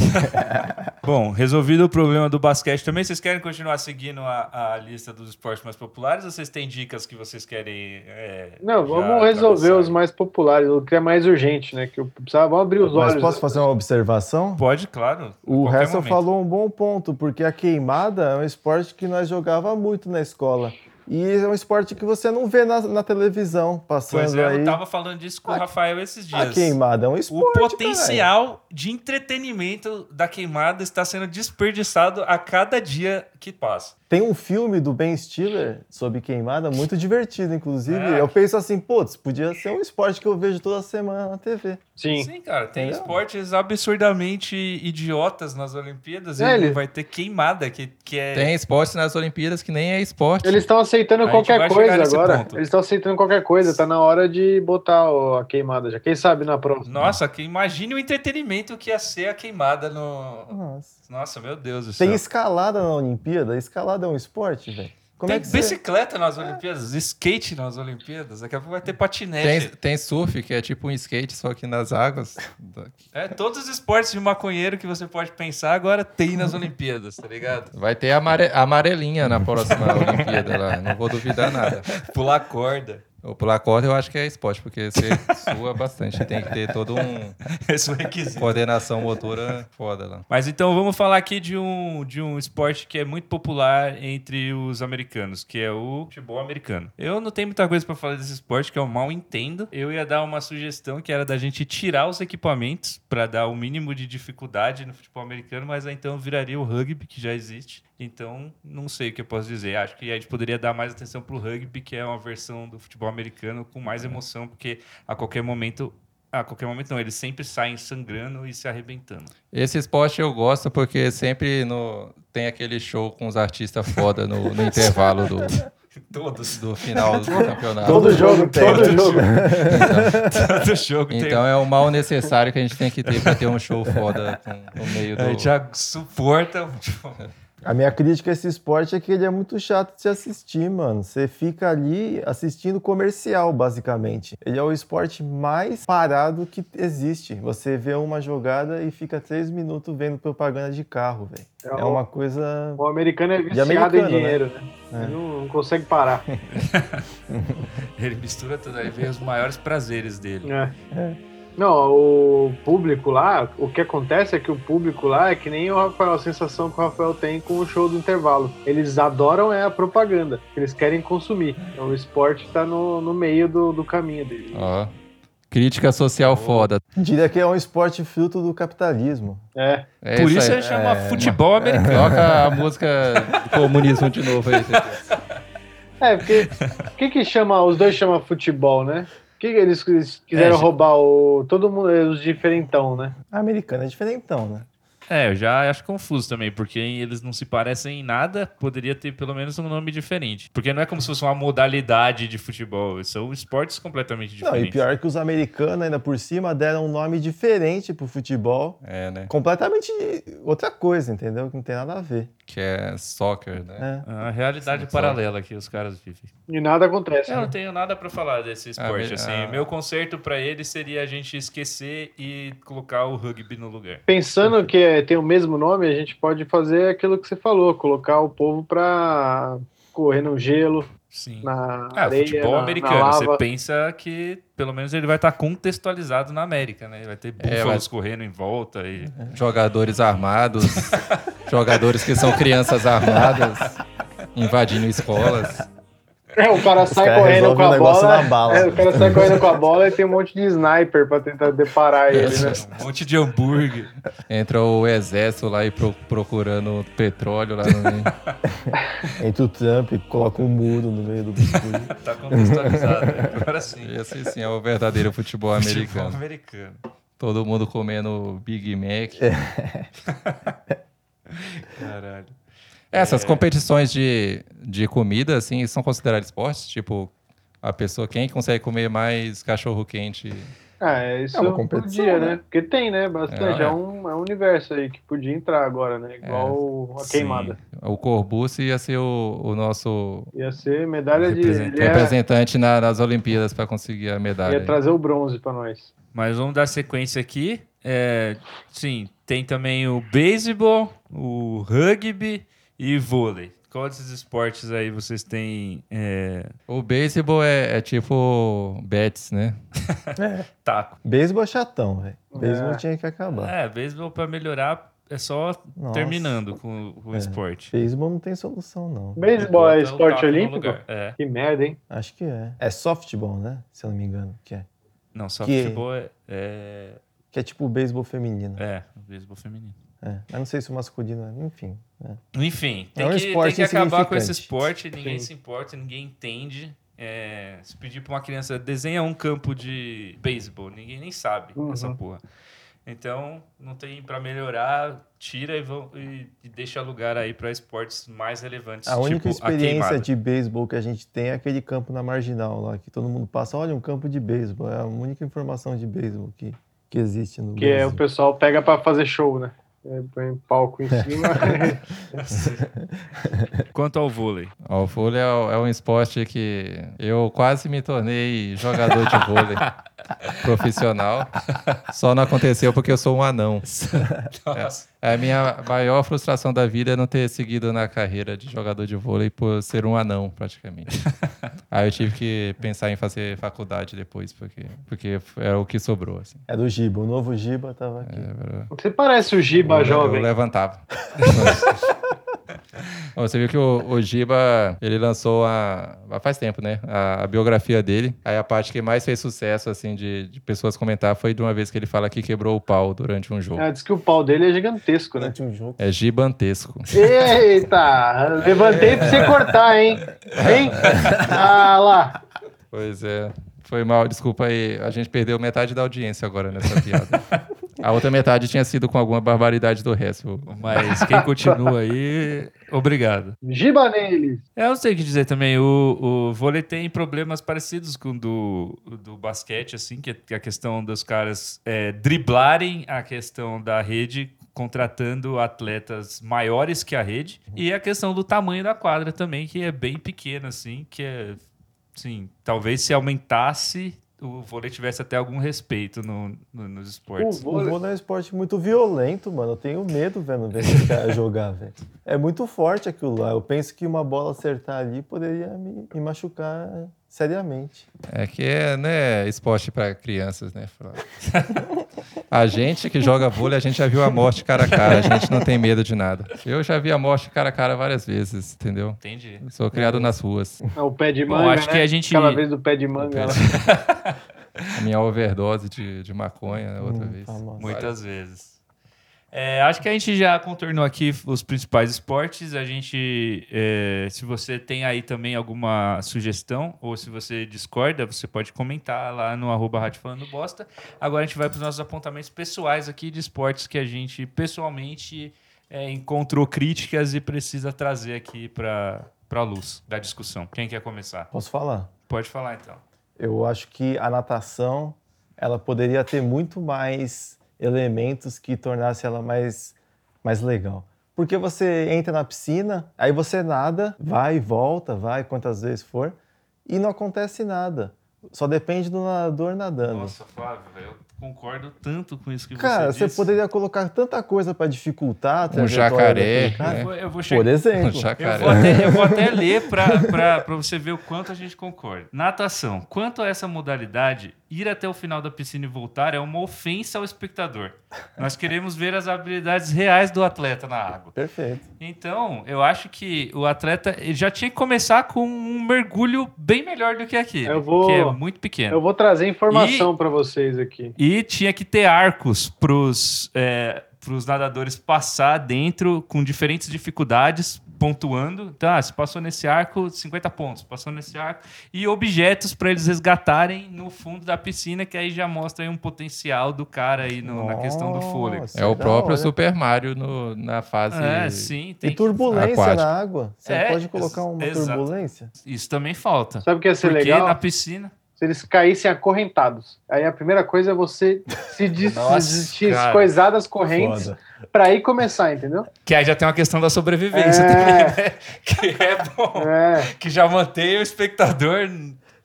Bom, resolvido o problema do basquete também, vocês querem continuar seguindo a, a lista dos esportes mais populares ou vocês têm dicas que vocês querem. é, Não, já vamos resolver atravessar? os mais populares, o que é mais urgente, né? Que eu precisava, vamos abrir os Mas olhos. posso fazer uma observação? Pode, claro. O qualquer Hessel momento. falou um bom ponto, porque a queimada é um esporte que nós jogava muito na escola. E é um esporte que você não vê na, na televisão passando Pois é, aí. eu tava falando disso com o Rafael esses A dias. queimada é um O esporte. caralho. potencial de entretenimento da queimada está sendo desperdiçado a cada dia que passa. Tem um filme do Ben Stiller sobre queimada, muito divertido, inclusive. É. Eu penso assim, putz, podia ser um esporte que eu vejo toda semana na TV. Sim. Sim, cara, tem Entendeu? esportes absurdamente idiotas nas Olimpíadas É, e ele- não vai ter queimada, que, que é. Tem esportes nas Olimpíadas que nem é esporte. Eles estão aceitando A gente vai qualquer chegar coisa nesse agora. ponto. Eles estão aceitando qualquer coisa. Tá na hora de botar o- a queimada já. Quem sabe na próxima. Nossa, que imagine o entretenimento que ia ser a queimada no. Nossa. Nossa, meu Deus do céu. Tem escalada na Olimpíada? Escalada é um esporte, velho? Como Tem é que você... bicicleta nas Olimpíadas, skate nas Olimpíadas, daqui a pouco vai ter patinete. Tem, tem surf, que é tipo um skate, só que nas águas. Da- É, todos os esportes de maconheiro que você pode pensar agora tem nas Olimpíadas, tá ligado? Vai ter amare, amarelinha na próxima Olimpíada lá. Não vou duvidar nada. Pular corda, O pular corda eu acho que é esporte, porque você sua bastante. Tem que ter um toda uma esse é o requisito. coordenação motora foda lá. Mas então vamos falar aqui de um, de um esporte que é muito popular entre os americanos, que é o futebol americano. Eu não tenho muita coisa pra falar desse esporte, que eu mal entendo. Eu ia dar uma sugestão que era da gente tirar os equipamentos pra dar o mínimo de dificuldade no futebol americano, mas aí então viraria o rugby, que já existe. Então, não sei o que eu posso dizer. Acho que a gente poderia dar mais atenção pro rugby, que é uma versão do futebol americano com mais emoção, porque a qualquer momento. A qualquer momento não, eles sempre saem sangrando e se arrebentando. Esse esporte eu gosto porque sempre no, tem aquele show com os artistas foda no, no intervalo do, Todos. do final do campeonato. Todo jogo tem. Ah, Todo jogo. Todo jogo Então é o mal necessário que a gente tem que ter pra ter um show foda com- no meio tem. A gente do. É, já suporta. tipo, A minha crítica a esse esporte é que ele é muito chato de se assistir, mano. Você fica ali assistindo comercial, basicamente. Ele é o esporte mais parado que existe. Você vê uma jogada e fica três minutos vendo propaganda de carro, velho. É Então- uma coisa. O americano é viciado americano, em né? dinheiro, né? É. Ele não, não consegue parar. Ele mistura tudo aí, vem os maiores prazeres dele. né? Não, o público lá, o que acontece é que o público lá é que nem o Rafael, a sensação que o Rafael tem com o show do intervalo. Eles adoram é a propaganda, que eles querem consumir. Então o esporte tá no, no meio do, do caminho dele. Ó. Crítica social foda. Diria que é um esporte fruto do capitalismo. É. É Por isso aí. ele chama futebol americano. Toca a música do comunismo de novo aí. É, porque o que que chama, os dois chamam futebol, né? O que que eles, eles quiseram É, roubar o todo mundo, os diferentão, né? A americana é diferentão, né? É, eu já acho confuso também, porque eles não se parecem em nada, poderia ter pelo menos um nome diferente. Porque não é como se fosse uma modalidade de futebol, são esportes completamente Não, diferentes. e pior que os americanos, ainda por cima, deram um nome diferente pro futebol. É, né? Completamente outra coisa, entendeu? Que não tem nada a ver. Que é soccer, né? É. É uma realidade Sim, paralela que os caras vivem. E nada acontece. Eu não né? tenho nada pra falar desse esporte, be- assim. ah. Meu conserto pra ele seria a gente esquecer e colocar o rugby no lugar. Pensando que é- tem o mesmo nome, a gente pode fazer aquilo que você falou, colocar o povo pra correr no gelo, Sim. na Ah, areia, futebol na, americano. na Você lava. pensa que pelo menos ele vai estar contextualizado na América, né? Vai ter búfalos mas- correndo em volta e. Jogadores armados, jogadores que são crianças armadas, invadindo escolas. É, o cara sai cara correndo resolve com o a negócio bola. na bala. é, o cara sai correndo com a bola e tem um monte de sniper pra tentar deparar ele, né? Um monte de hambúrguer. Entra o exército lá e pro- procurando petróleo lá no meio. Entra o Trump e coloca um muro no meio do biscoito. Tá contextualizado. né? Agora sim. Esse sim é o verdadeiro futebol Futebol americano. americano. Todo mundo comendo Big Mac. Caralho. Essas competições de, de comida, assim, são consideradas esportes? Tipo, a pessoa, quem consegue comer mais cachorro quente? Ah, é isso É uma competição, podia, né? né? Porque tem, né? Bastante. É. É, um, é um universo aí que podia entrar agora, né? É. Igual a queimada. O Corbucci ia ser o, o nosso Ia ser medalha de. represent- Ele ia, representante na- nas Olimpíadas para conseguir a medalha. É. né? ia trazer o bronze pra nós. Mas vamos dar sequência aqui. É, sim, tem também o beisebol, o rugby e vôlei. Qual desses esportes aí vocês têm é, O beisebol é, é tipo bets, né? taco? Beisebol é chatão, velho. Beisebol É. tinha que acabar. É, beisebol pra melhorar é só Tá. Nossa. terminando com o É. esporte. Beisebol não tem solução, não. Beisebol é Bota o esporte taco um no olímpico? lugar. É. Que merda, hein? Acho que é. É softball, né? Se eu não me engano. Que é, Não, só Que- futebol é, é. que é tipo o beisebol feminino. É, o beisebol feminino. É. Mas não sei se o masculino é. Enfim. é. Enfim, tem É um que, tem esporte que acabar com esse insignificante. esporte, ninguém Sim. se importa, ninguém entende. É, se pedir pra uma criança desenha um campo de beisebol, ninguém nem sabe Uhum. essa porra. Então, não tem pra melhorar, tira e, vão, e, e deixa lugar aí pra esportes mais relevantes. A tipo única experiência a de beisebol que a gente tem é aquele campo na marginal lá, que todo mundo passa, olha, um campo de beisebol. É a única informação de beisebol que, que existe no Que é, Brasil. o pessoal pega pra fazer show, né? é, põe palco em cima. Quanto ao vôlei. Ó, o vôlei é, o- é um esporte que eu quase me tornei jogador de vôlei profissional. Só não aconteceu porque eu sou um anão. Nossa. É a minha maior frustração da vida é não ter seguido na carreira de jogador de vôlei por ser um anão, praticamente. Aí eu tive que pensar em fazer faculdade depois, porque, porque é o que sobrou, assim. né? Era o Giba, o novo Giba tava aqui. Você parece o Giba Eu- Eu jovem. levantava. Ó, Você viu que o, o Giba, ele lançou a, a- faz tempo, né? A, a biografia dele. Aí a parte que mais fez sucesso, assim, de, de pessoas comentar foi de uma vez que ele fala que quebrou o pau durante um jogo. Ah, diz que o pau dele é gigantesco, né? Durante um jogo. É gigantesco. Eita! Levantei pra você cortar, hein? Hein? Ah lá. Pois é. Foi mal, desculpa aí. A gente perdeu metade da audiência agora nessa piada. A outra metade tinha sido com alguma barbaridade do resto. Mas quem continua aí, obrigado. Giba neles. É, Eu não sei o que dizer também. O, o vôlei tem problemas parecidos com o do, o do basquete, assim, que é que é a questão dos caras é, driblarem a questão da rede contratando atletas maiores que a rede e a questão do tamanho da quadra também, que é bem pequena, assim, que é, sim, talvez se aumentasse o vôlei tivesse até algum respeito no- no- nos O esportes. O vôlei. vôlei é um esporte muito violento, mano. Eu tenho medo vendo ver esse cara jogar, velho. É muito forte aquilo lá. Eu penso que uma bola acertar ali poderia me, me machucar seriamente. É que é, né, esporte para crianças, né? Flávio? A gente que joga vôlei, a gente já viu a morte cara a cara. A gente não tem medo de nada. Eu já vi a morte cara a cara várias vezes, entendeu? Entendi. Eu sou criado nas ruas. Ah, o pé de Bom, manga. acho né? que a gente- Aquela vez do pé de manga. né? lá. A minha overdose de, de maconha, né, outra Hum, vez. tá massa. Muitas vezes. É, acho que a gente já contornou aqui os principais esportes. A gente, é, se você tem aí também alguma sugestão ou se você discorda, você pode comentar lá no arroba Rádio Falando Bosta. Agora a gente vai para os nossos apontamentos pessoais aqui de esportes que a gente pessoalmente é, encontrou críticas e precisa trazer aqui para a luz da discussão. Quem quer começar? Posso falar? Pode falar então. Eu acho que a natação ela poderia ter muito mais elementos que tornasse ela mais, mais legal. Porque você entra na piscina, aí você nada, vai e volta, vai quantas vezes for, e não acontece nada. Só depende do nadador nadando. Nossa, Flávio, eu concordo tanto com isso que Cara, você você disse. poderia colocar tanta coisa pra dificultar a Um trajetória jacaré, daquele cara. Eu né? vou- eu vou chegar Por exemplo. Um Eu jacaré. vou, até, eu vou até ler para você ver o quanto a gente concorda. Natação. Quanto a essa modalidade, ir até o final da piscina e voltar é uma ofensa ao espectador. Nós queremos ver as habilidades reais do atleta na água. Perfeito. Então, eu acho que o atleta ele já tinha que começar com um mergulho bem melhor do que aquele, Eu vou- que é muito pequeno. Eu vou trazer informação pra vocês aqui. E tinha que ter arcos pros, é, pros nadadores passar dentro com diferentes dificuldades, pontuando. Tá, se passou nesse arco, 50 pontos. Passou nesse arco. E objetos para eles resgatarem no fundo da piscina, que aí já mostra aí um potencial do cara aí no- na questão do fôlego. Nossa, É o da próprio hora. Super Mario no- na fase. É, sim, tem. E turbulência Aquático. na água. Você É, pode colocar uma ex- exato. turbulência? Isso também falta. Sabe o que ia ser Porque é legal? na piscina. Se eles caíssem acorrentados. Aí a primeira coisa é você se des- Nossa, des- descoisar cara. das correntes Foda. pra aí começar, entendeu? Que aí já tem uma questão da sobrevivência É. também, né? Que é bom. É. Que já mantém o espectador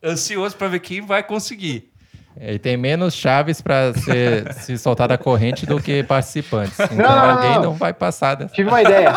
ansioso para ver quem vai conseguir. É, E tem menos chaves para se soltar da corrente do que participantes. Então não, não, alguém não. não vai passar dessa. Tive uma ideia.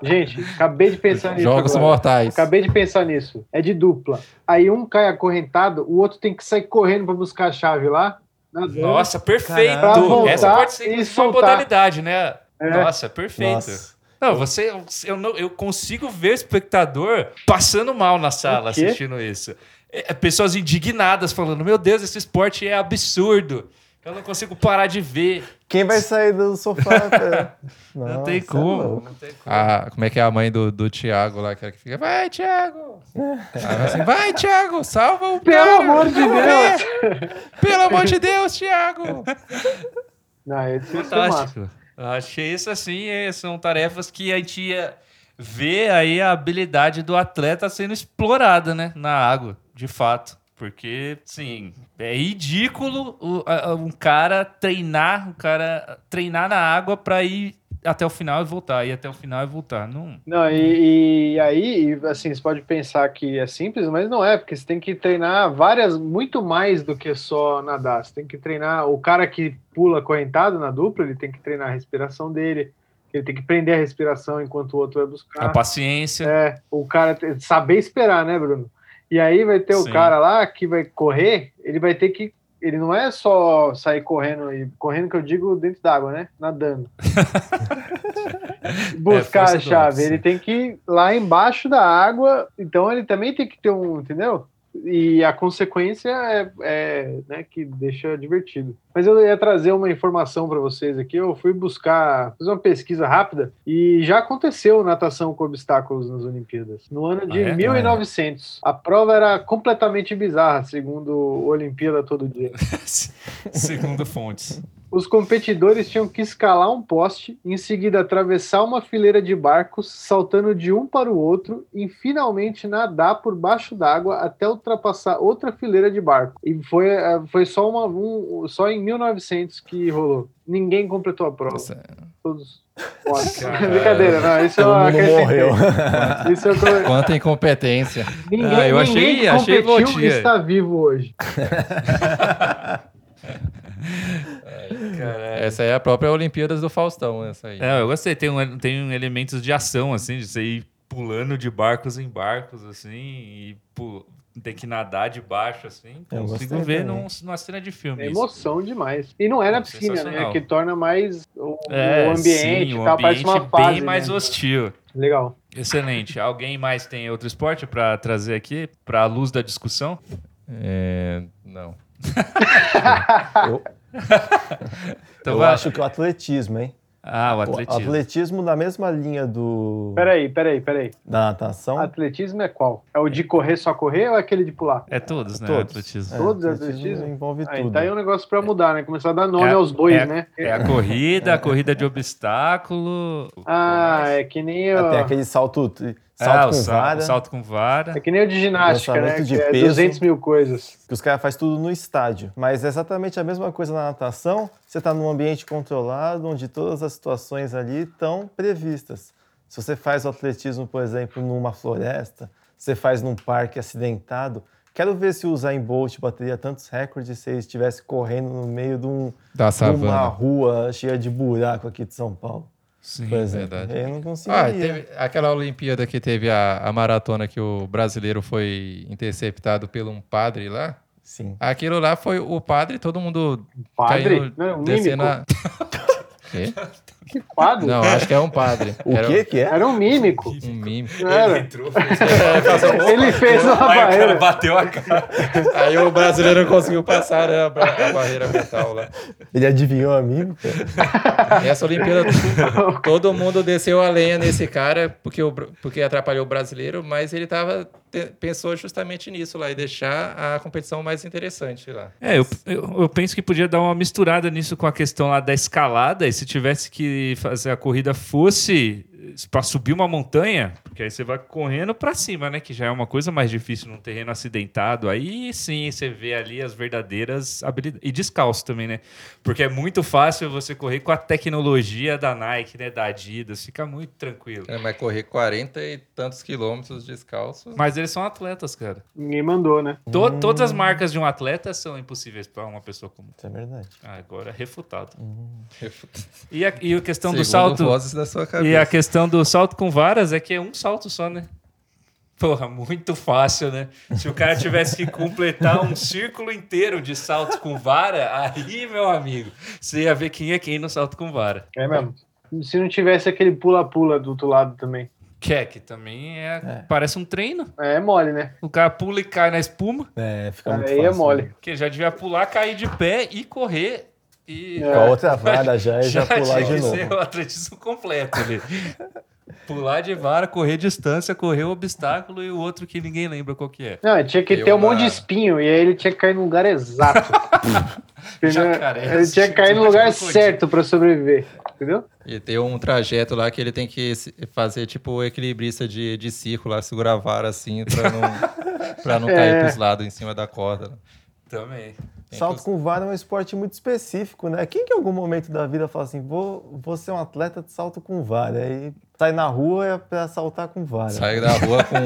Gente, gente, acabei de pensar nisso. Jogos agora. mortais. Acabei de pensar nisso. É de dupla. Aí um cai acorrentado, o outro tem que sair correndo pra buscar a chave lá. Na dor. Nossa, perfeito! Pra voltar Essa pode ser e inclusive, uma soltar. modalidade, né? É. Nossa, perfeito. Nossa. Não, você, eu, não, eu consigo ver o espectador passando mal na sala O quê? assistindo isso. É, é, pessoas indignadas falando: Meu Deus, esse esporte é absurdo. Eu não consigo parar de ver. Quem vai sair do sofá? cara? Não, Nossa, tem é como. louco. não tem como. A- como é que é a mãe do, do Thiago lá, aquela que fica, vai, Thiago! Ela vai assim, vai, Thiago, salva o Pelo cara, amor de vamos Deus!" ver. Pelo amor de Deus, Thiago! Não, esse ia ser massa. Fantástico. Achei isso assim, é, são tarefas que a gente ia ver aí a habilidade do atleta sendo explorada, né? Na água, de fato. Porque, sim, é ridículo o- a- a- um cara treinar, um cara treinar na água pra ir até o final e voltar, ir até o final e voltar. Não. Não, e, e aí, e, assim, você pode pensar que é simples, mas não é, porque você tem que treinar várias, muito mais do que só nadar. Você tem que treinar o cara que pula correntado na dupla, ele tem que treinar a respiração dele, ele tem que prender a respiração enquanto o outro vai A buscar. paciência. É, o cara te- saber esperar, né, Bruno? E aí vai ter Sim. o cara lá que vai correr, ele vai ter que. Ele não é só sair correndo e correndo que eu digo dentro d'água, né? Nadando. Buscar É, força a do chave. óculos. Ele tem que ir lá embaixo da água, então ele também tem que ter um, entendeu? E a consequência é, é, né, que deixa divertido. Mas eu ia trazer uma informação para vocês aqui. Eu fui buscar, fiz uma pesquisa rápida e já aconteceu natação com obstáculos nas Olimpíadas. No ano de Ah, é? 1900, a prova era completamente bizarra, segundo o Olimpíada todo dia. Segundo fontes. Os competidores tinham que escalar um poste, em seguida atravessar uma fileira de barcos, saltando de um para o outro e finalmente nadar por baixo d'água até ultrapassar outra fileira de barco. E foi, eh, foi só, uma, um- só em 1900 que rolou. Ninguém completou a prova. Nossa, Todos. fora. Caralho. Brincadeira, não, Então, isso eu Todo mundo acrescentei. morreu. Isso é eu co- quanta incompetência. ninguém, Ah, eu ninguém achei- que achei competiu vadia. está vivo hoje. Essa é a própria Olimpíadas do Faustão, essa aí. É, eu gostei. Tem, um, tem um elementos de ação, assim, de você ir pulando de barcos em barcos, assim, e pu- ter que nadar de baixo, assim. Eu Consigo gostei ver também. num, numa cena de É filme. isso. emoção demais. E não é na piscina, né? Sensacional. Que torna mais o, o É, ambiente, sim, e o tal, parece uma ambiente fase. bem mais né? hostil. Legal. Excelente. Alguém mais tem outro esporte pra trazer aqui, pra luz da discussão? É, não. Eu, Então eu vai- acho que o atletismo, hein? Ah, o O atletismo. atletismo. na mesma linha do Peraí, peraí, peraí. da natação. Atletismo é qual? É o de correr só correr ou é aquele de pular? É todos, né? Todos. Atletismo. É, Todos os atletismo atletismo? envolve Aí tudo. tá aí um negócio pra mudar, né? Começar a dar nome É- aos bois, é- né? É a corrida, a corrida de obstáculo. Ah, é que nem o, Até aquele salto, salto Ah, o com sal- vara, salto com vara. é que nem o de ginástica, né? Lançamento de que é peso. 200 mil coisas. que os caras fazem tudo no estádio. Mas é exatamente a mesma coisa na natação. Você está num ambiente controlado, onde todas as situações ali estão previstas. Se você faz o atletismo, por exemplo, numa floresta, você faz num parque acidentado. Quero ver se o Usain Bolt bateria tantos recordes se ele estivesse correndo no meio de, um, Da de uma savana. rua cheia de buraco aqui de São Paulo, Sim. por exemplo. verdade. Ele não Ah, e conseguiria. teve aquela Olimpíada que teve a, a maratona que o brasileiro foi interceptado pelo um padre lá. Sim. Aquilo lá foi o padre, todo mundo Padre? caindo, não, é um mímico. descendo a... Quê? Que padre? Não, acho que é um padre. O Era que que é? Era um mímico. Um mime. Não era. entrou, É, Ele fez uma barreira. bateu a cara. Aí o brasileiro não conseguiu passar né, a, bra- a barreira mental lá. Ele adivinhou a mim? Essa Olimpíada, todo mundo desceu a lenha nesse cara, porque, o, br- porque atrapalhou o brasileiro, mas ele tava, te- pensou justamente nisso lá, e deixar a competição mais interessante lá. É, eu, eu, eu penso que podia dar uma misturada nisso com a questão lá da escalada. E se tivesse que fazer a corrida fosse para subir uma montanha, porque aí você vai correndo para cima, né? Que já é uma coisa mais difícil num terreno acidentado. Aí sim você vê ali as verdadeiras habilidades. E descalço também, né? Porque é muito fácil você correr com a tecnologia da Nike, né? Da Adidas. Fica muito tranquilo. É, mas correr 40 e tantos quilômetros descalço. Mas eles são atletas, cara. Ninguém mandou, né? To- Todas as marcas de um atleta são impossíveis para uma pessoa comum. Isso é verdade. Ah, agora refutado. Questão E a, e a questão Então, do salto. vozes da sua cabeça. E a questão do salto com varas é que é um salto só, né? Porra, muito fácil, né? Se o cara tivesse que completar um círculo inteiro de salto com vara, aí, meu amigo, você ia ver quem é quem no salto com vara. É mesmo. Se não tivesse aquele pula-pula do outro lado também. Que é que também é, É. parece um treino. É, é mole, né? O cara pula e cai na espuma, É, fica muito Aí é fácil, mole. né? que já devia pular, cair de pé e correr. E É. Com a outra vara já e já pular tinha de que novo. ser o atletismo completo ali. pular de vara, correr distância, correr o obstáculo e o outro que ninguém lembra qual que é. Não, tinha que Eu ter um na- monte de espinho e aí ele tinha que cair no lugar exato. Entendeu? Jacaré, ele tinha que cair no lugar crocodilo. certo para sobreviver. entendeu? E tem um trajeto lá que ele tem que se- fazer tipo o equilibrista de, de circo lá, segurar a vara assim pra não, pra não cair É. pros lados em cima da corda. Também. Tem Salto que- com vara é um esporte muito específico, né? Quem que em algum momento da vida fala assim, vou, vou ser um atleta de salto com vara? Aí sai na rua é pra saltar com vara. Sai da rua com,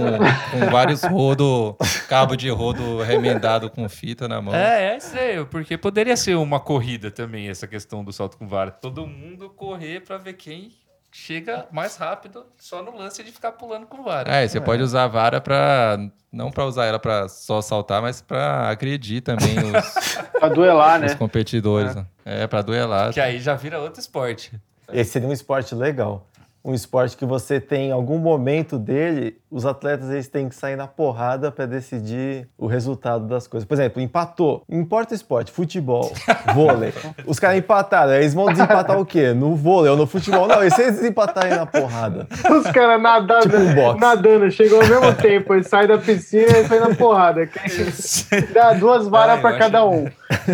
com vários rodo, cabo de rodo remendado com fita na mão. É, é estranho, porque poderia ser uma corrida também essa questão do salto com vara. Todo mundo correr pra ver quem chega mais rápido só no lance de ficar pulando com vara. É, você pode usar a vara pra. Não pra usar ela pra só saltar, mas pra agredir também os, Pra duelar, os né? competidores. né? É, pra duelar. Que aí já vira outro esporte. Esse seria um esporte legal. Um esporte que você tem, em algum momento dele, os atletas eles têm que sair na porrada pra decidir o resultado das coisas. Por exemplo, empatou. Não Importa o esporte, futebol, vôlei. Os caras empataram, aí eles vão desempatar o quê? No vôlei ou no futebol? Não, e se eles desempatarem na porrada? Os caras nadando, Tipo um boxe. nadando, chegou ao mesmo tempo, ele sai da piscina e sai na porrada. Quem- Dá duas Ah, varas eu pra acho- cada um.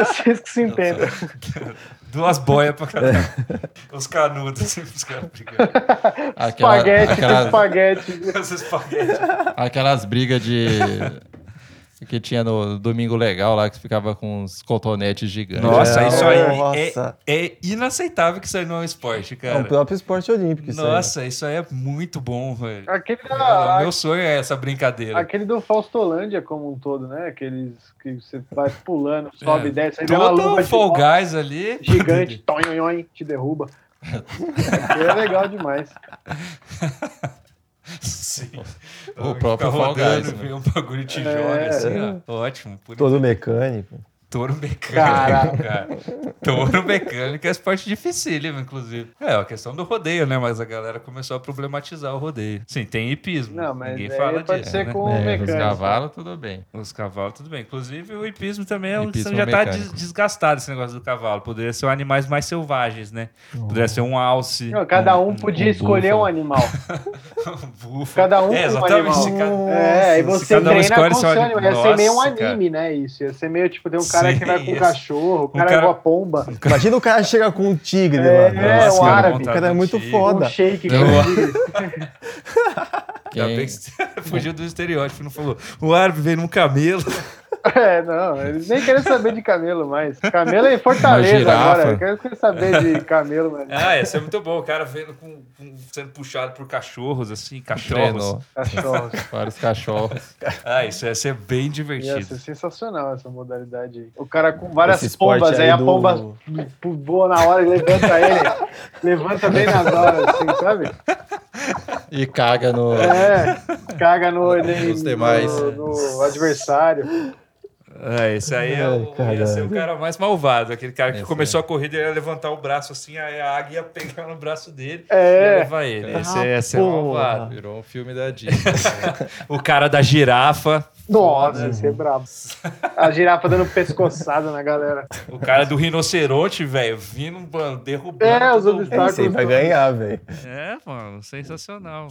Vocês que se entendam. Duas boias pra cada um. Os canudos, os caras brigando. Aquela- Espaguete com aquelas- espaguete. Os espaguetes. Aquelas brigas de. que tinha no Domingo Legal lá, que ficava com uns cotonetes gigantes. Nossa, É, isso aí nossa. É, é inaceitável que isso aí não é um esporte, É o cara. próprio esporte olímpico. isso aí. Nossa, isso aí é muito bom, velho. Aquele, Mano, da, Meu sonho é essa brincadeira. aquele do Faustolândia como um todo, né? Aqueles que você vai pulando, sobe É. e desce. Aí vem uma Todo luva um de Fall bola Guys ali. gigante, tonhonhon, te derruba. Aquele é legal demais. Sim. O próprio Fica Fall rodando, Guys, né? vem um bagulho e te É. joga assim, ó. Ótimo. Por Todo mecânico. Touro mecânico, Cara. cara. Touro mecânico é esporte dificílimo, inclusive. É, a questão do rodeio, né? Mas a galera começou a problematizar o rodeio. Sim, tem hipismo. Não, mas Ninguém aí fala pode disso, ser né? com É, o os Os mecânico. cavalos, tudo bem. Os cavalos, tudo bem. Inclusive, o hipismo também é um Hipismo já tá mecânico. des- desgastado esse negócio do cavalo. Poderia ser um animais mais selvagens, né? Poderia ser um alce. Não, cada É, um podia escolher um búfalo. animal. um búfalo. cada é, um um exatamente. animal. se cada- É, aí Nossa, se você cada um treina escolhe com seu seu anim- animal. Ia ser meio um Nossa, cara. anime, né? Isso. Ia ser meio tipo, tem um cara Sim, que vai com isso. Um o cachorro, o cara, cara- com a pomba, Imagina o cara chega com um tigre, É, mano. é, Nossa, um cara, árabe. O cara é muito Montado no um foda. shake com Eu- o tigre. Ainda bem que você fugiu do estereótipo, não falou. O árabe veio num camelo. É, não, eles nem querem saber de camelo mais. Camelo é em Fortaleza Uma girafa. agora. Querem saber de camelo, mano. Ah, essa é muito bom. O cara vendo com, com- sendo puxado por cachorros, assim, cachorros. Treinou Cachorros. para os cachorros. Ah, isso ia ser bem Ia ser divertido. sensacional essa modalidade aí. O cara com várias Esse esporte pombas, aí, aí a do- pomba pu- voa na hora e levanta ele. levanta bem nas horas, assim, sabe? E caga no. É, caga no, ele- Os demais. no- no adversário. Ah, esse aí é o, Ai, ia ser o caralho. cara mais malvado. Aquele cara que Esse começou a corrida, ele ia levantar o braço assim, aí a águia ia pegar no braço dele e ia É, levar ele. Esse, Ah, esse é o porra. malvado. Virou um filme da Disney. O cara da girafa, nossa, isso é brabo. A girafa dando pescoçada na galera. o cara do rinoceronte, velho, vindo, mano, derrubando. É, todo os mundo. É isso aí, vai ganhar, velho. É, mano, sensacional.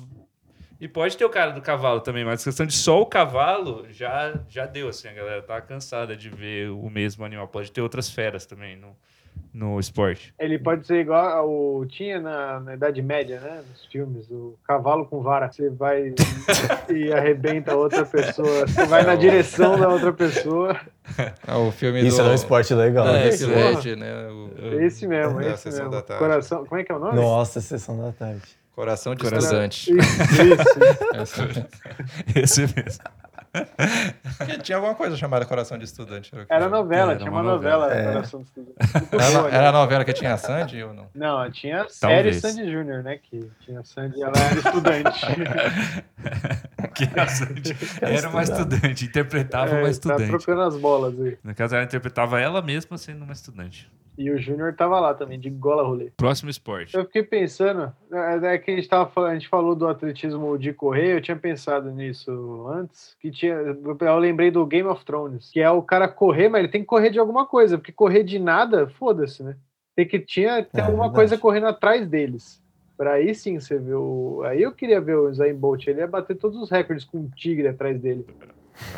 E pode ter o cara do cavalo também, mas questão de só o cavalo já, já deu, assim, a galera tá cansada de ver o mesmo animal. Pode ter outras feras também no, no esporte. Ele pode ser igual ao tinha na, na Idade Média, né? Nos filmes, o cavalo com vara. Você vai e arrebenta outra pessoa. Você É vai na direção da outra pessoa. Ah, o filme Isso do. é um esporte legal. do É, Nick isso é. Led, né? O Esse mesmo, É, a esse sessão mesmo. da tarde. Coração, como é que é o nome? Nossa, sessão da tarde. Coração de Coração. estudante. É Isso, isso. Esse mesmo. Porque tinha alguma coisa chamada Coração de Estudante. Era, o que Era novela, Era tinha uma uma novela. novela. É. Coração do Estudante. Era, Boa, né? era a novela que tinha a Sandy ou não? Não, tinha a série Talvez. Sandy Júnior, né? Que tinha a Sandy, ela era estudante. Que era estudante. era uma estudante, interpretava uma É, Tá estudante. trocando as bolas aí. No caso, ela interpretava ela mesma sendo uma estudante. E o Júnior tava lá também, de gola rolê. Próximo esporte. Eu fiquei pensando, é é que a gente, tava, fal- a gente falou do atletismo de correr, eu tinha pensado nisso antes, que tinha, eu lembrei do Game of Thrones, que é o cara correr, mas ele tem que correr de alguma coisa, porque correr de nada, foda-se, né? Tem que tinha ter É, alguma verdade. coisa correndo atrás deles. Pra aí sim você vê o. Aí eu queria ver o Zayn Bolt, ele ia bater todos os recordes com um tigre atrás dele.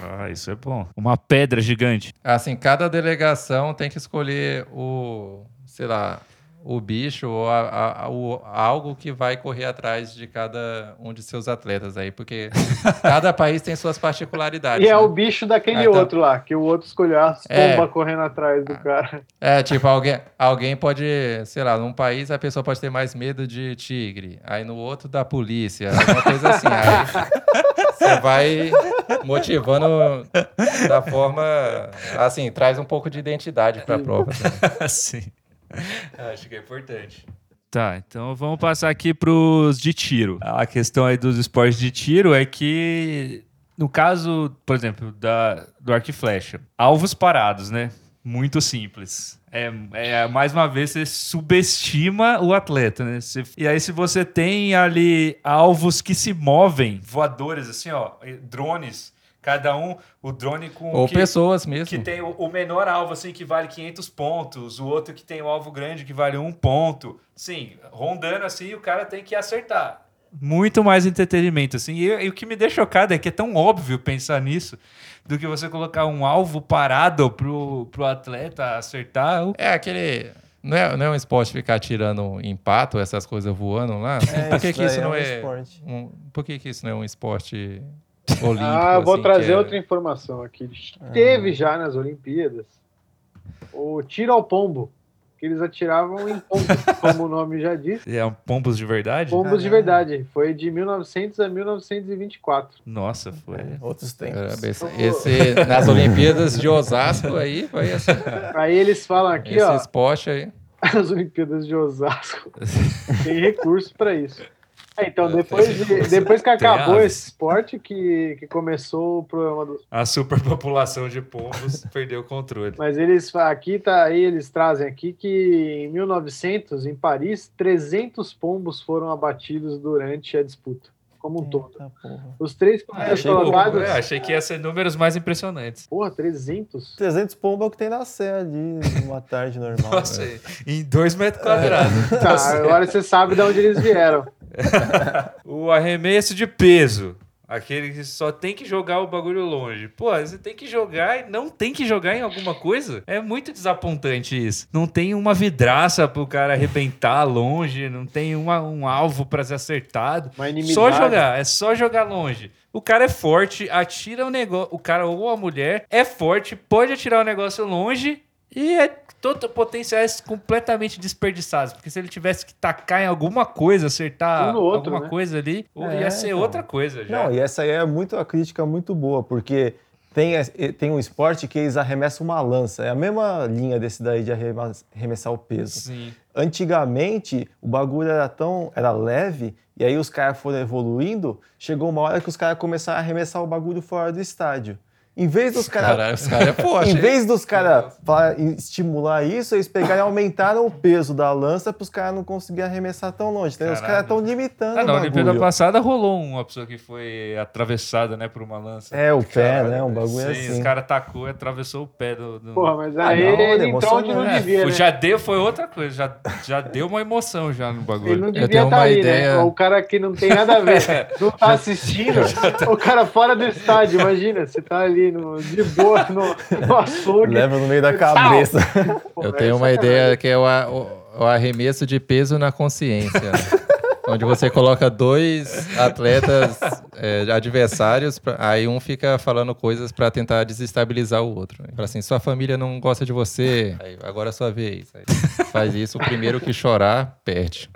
Ah, isso é bom. Uma Ah, pedra gigante. Assim, cada delegação tem que escolher o, sei lá, o bicho ou a- a- a- o- algo que vai correr atrás de cada um de seus atletas aí, porque cada país tem suas particularidades. E é né? o bicho daquele Ah, tá. outro lá, que o outro escolheu as É. pombas correndo atrás do cara. É, tipo, alguém, alguém pode, sei lá, num país a pessoa pode ter mais medo de tigre, aí no outro da polícia, alguma coisa assim. Aí você vai motivando da forma, assim, traz um pouco de identidade pra prova. também. Sim. Acho que é importante. Tá, então vamos passar aqui pros de tiro. A questão aí dos esportes de tiro é que, no caso, por exemplo, da, do arco e flecha, alvos parados, né? Muito simples. É, é, mais uma vez, você subestima o atleta, né? Você- e aí, se você tem ali alvos que se movem, voadores, assim, ó, e drones, cada um, o drone com Ou que- pessoas mesmo. que tem o, o menor alvo, assim, que vale 500 pontos, o outro que tem o alvo grande que vale um ponto. Sim, rondando assim, o cara tem que acertar. Muito mais entretenimento, assim. E, e o que me deixa chocado é que é tão óbvio pensar nisso do que você colocar um alvo parado pro, pro atleta acertar. O- É aquele. Não é, não é um esporte ficar tirando empato, essas coisas voando lá? por que, isso que isso daí é não um é. esporte. um- por que, que isso não é um esporte olímpico? ah, vou assim, que trazer é- Ah. outra informação aqui. Teve já nas Olimpíadas o tiro ao pombo, que eles atiravam em pombo, como o nome já diz. É um pombos de verdade? Pombos de Caralho. verdade. Foi de 1900 a 1924. Nossa, foi. É, Outros tempos. Caramba, esse, esse- nas Olimpíadas de Osasco aí, foi esse, Aí eles falam aqui, esse ó, esporte aí. as Olimpíadas de Osasco tem recurso pra isso. É, então, Ah, depois, de- depois que acabou Tem esse esporte que, que começou o programa do. A superpopulação de pombos perdeu o controle. Mas eles fa- aqui tá aí, eles trazem aqui que em 1900, em Paris, 300 pombos foram abatidos durante a disputa, como um todo. Eita Tá, porra. Os três primeiros achei pouco, colocados. é, achei que ia ser números mais impressionantes. Porra, 300? 300 pombo é o que tem na Sé ali, numa tarde normal. É. Nossa, É. em dois metros quadrados. Tá, agora você sabe de onde eles vieram. O arremesso de peso. Aquele que só tem que jogar o bagulho longe. Pô, você tem que jogar e não tem que jogar em alguma coisa? É muito desapontante isso. Não tem uma vidraça pro cara arrebentar longe, não tem uma- um alvo pra ser acertado. Uma Só inimizade. jogar, é só jogar longe. O cara é forte, atira o negócio. O cara ou a mulher é forte, pode atirar o negócio longe e é todo potenciais completamente desperdiçados. Porque se ele tivesse que tacar em alguma coisa, acertar Um no outro, alguma né? coisa ali, ou ia É, ser então. outra coisa já. Não, e essa aí é muito a crítica muito boa, porque tem, es- e- tem um esporte que eles arremessam uma lança. É a mesma linha desse daí de arremas- arremessar o peso. Sim. Antigamente, o bagulho era tão era leve, e aí os caras foram evoluindo, chegou uma hora que os caras começaram a arremessar o bagulho fora do estádio. Em vez dos caras Caralho, os caras é forte. em hein? vez dos caras fa- estimular isso, eles pegaram e aumentaram o peso da lança para os caras não conseguirem arremessar tão longe. entendeu? Os Caralho. caras estão limitando Ah, o não, na Olimpíada bagulho. passada rolou uma pessoa que foi atravessada, né, por uma lança. É, o pé, Caralho, né? Um bagulho Sim, assim. Os caras tacou e atravessou o pé do. do- Porra, mas Ah, aí não, ele é entrou onde não emocionante. devia, o né? já deu foi outra coisa, já, já deu uma emoção já no Ele bagulho. não devia tenho estar uma ali, né? ideia. O cara que não tem nada a ver, não tá assistindo, o cara fora do estádio, imagina, você tá ali no, de boa no, no açougue. Leva no meio da cabeça. Pô, Eu é tenho uma sacanagem. ideia que é o, a- o- o arremesso de peso na consciência. né? Onde você coloca dois atletas é, adversários, pra- aí um fica falando coisas pra tentar desestabilizar o outro. né? Fala assim, sua família não gosta de você, aí, agora é sua vez. Aí faz isso, o primeiro que chorar, perde.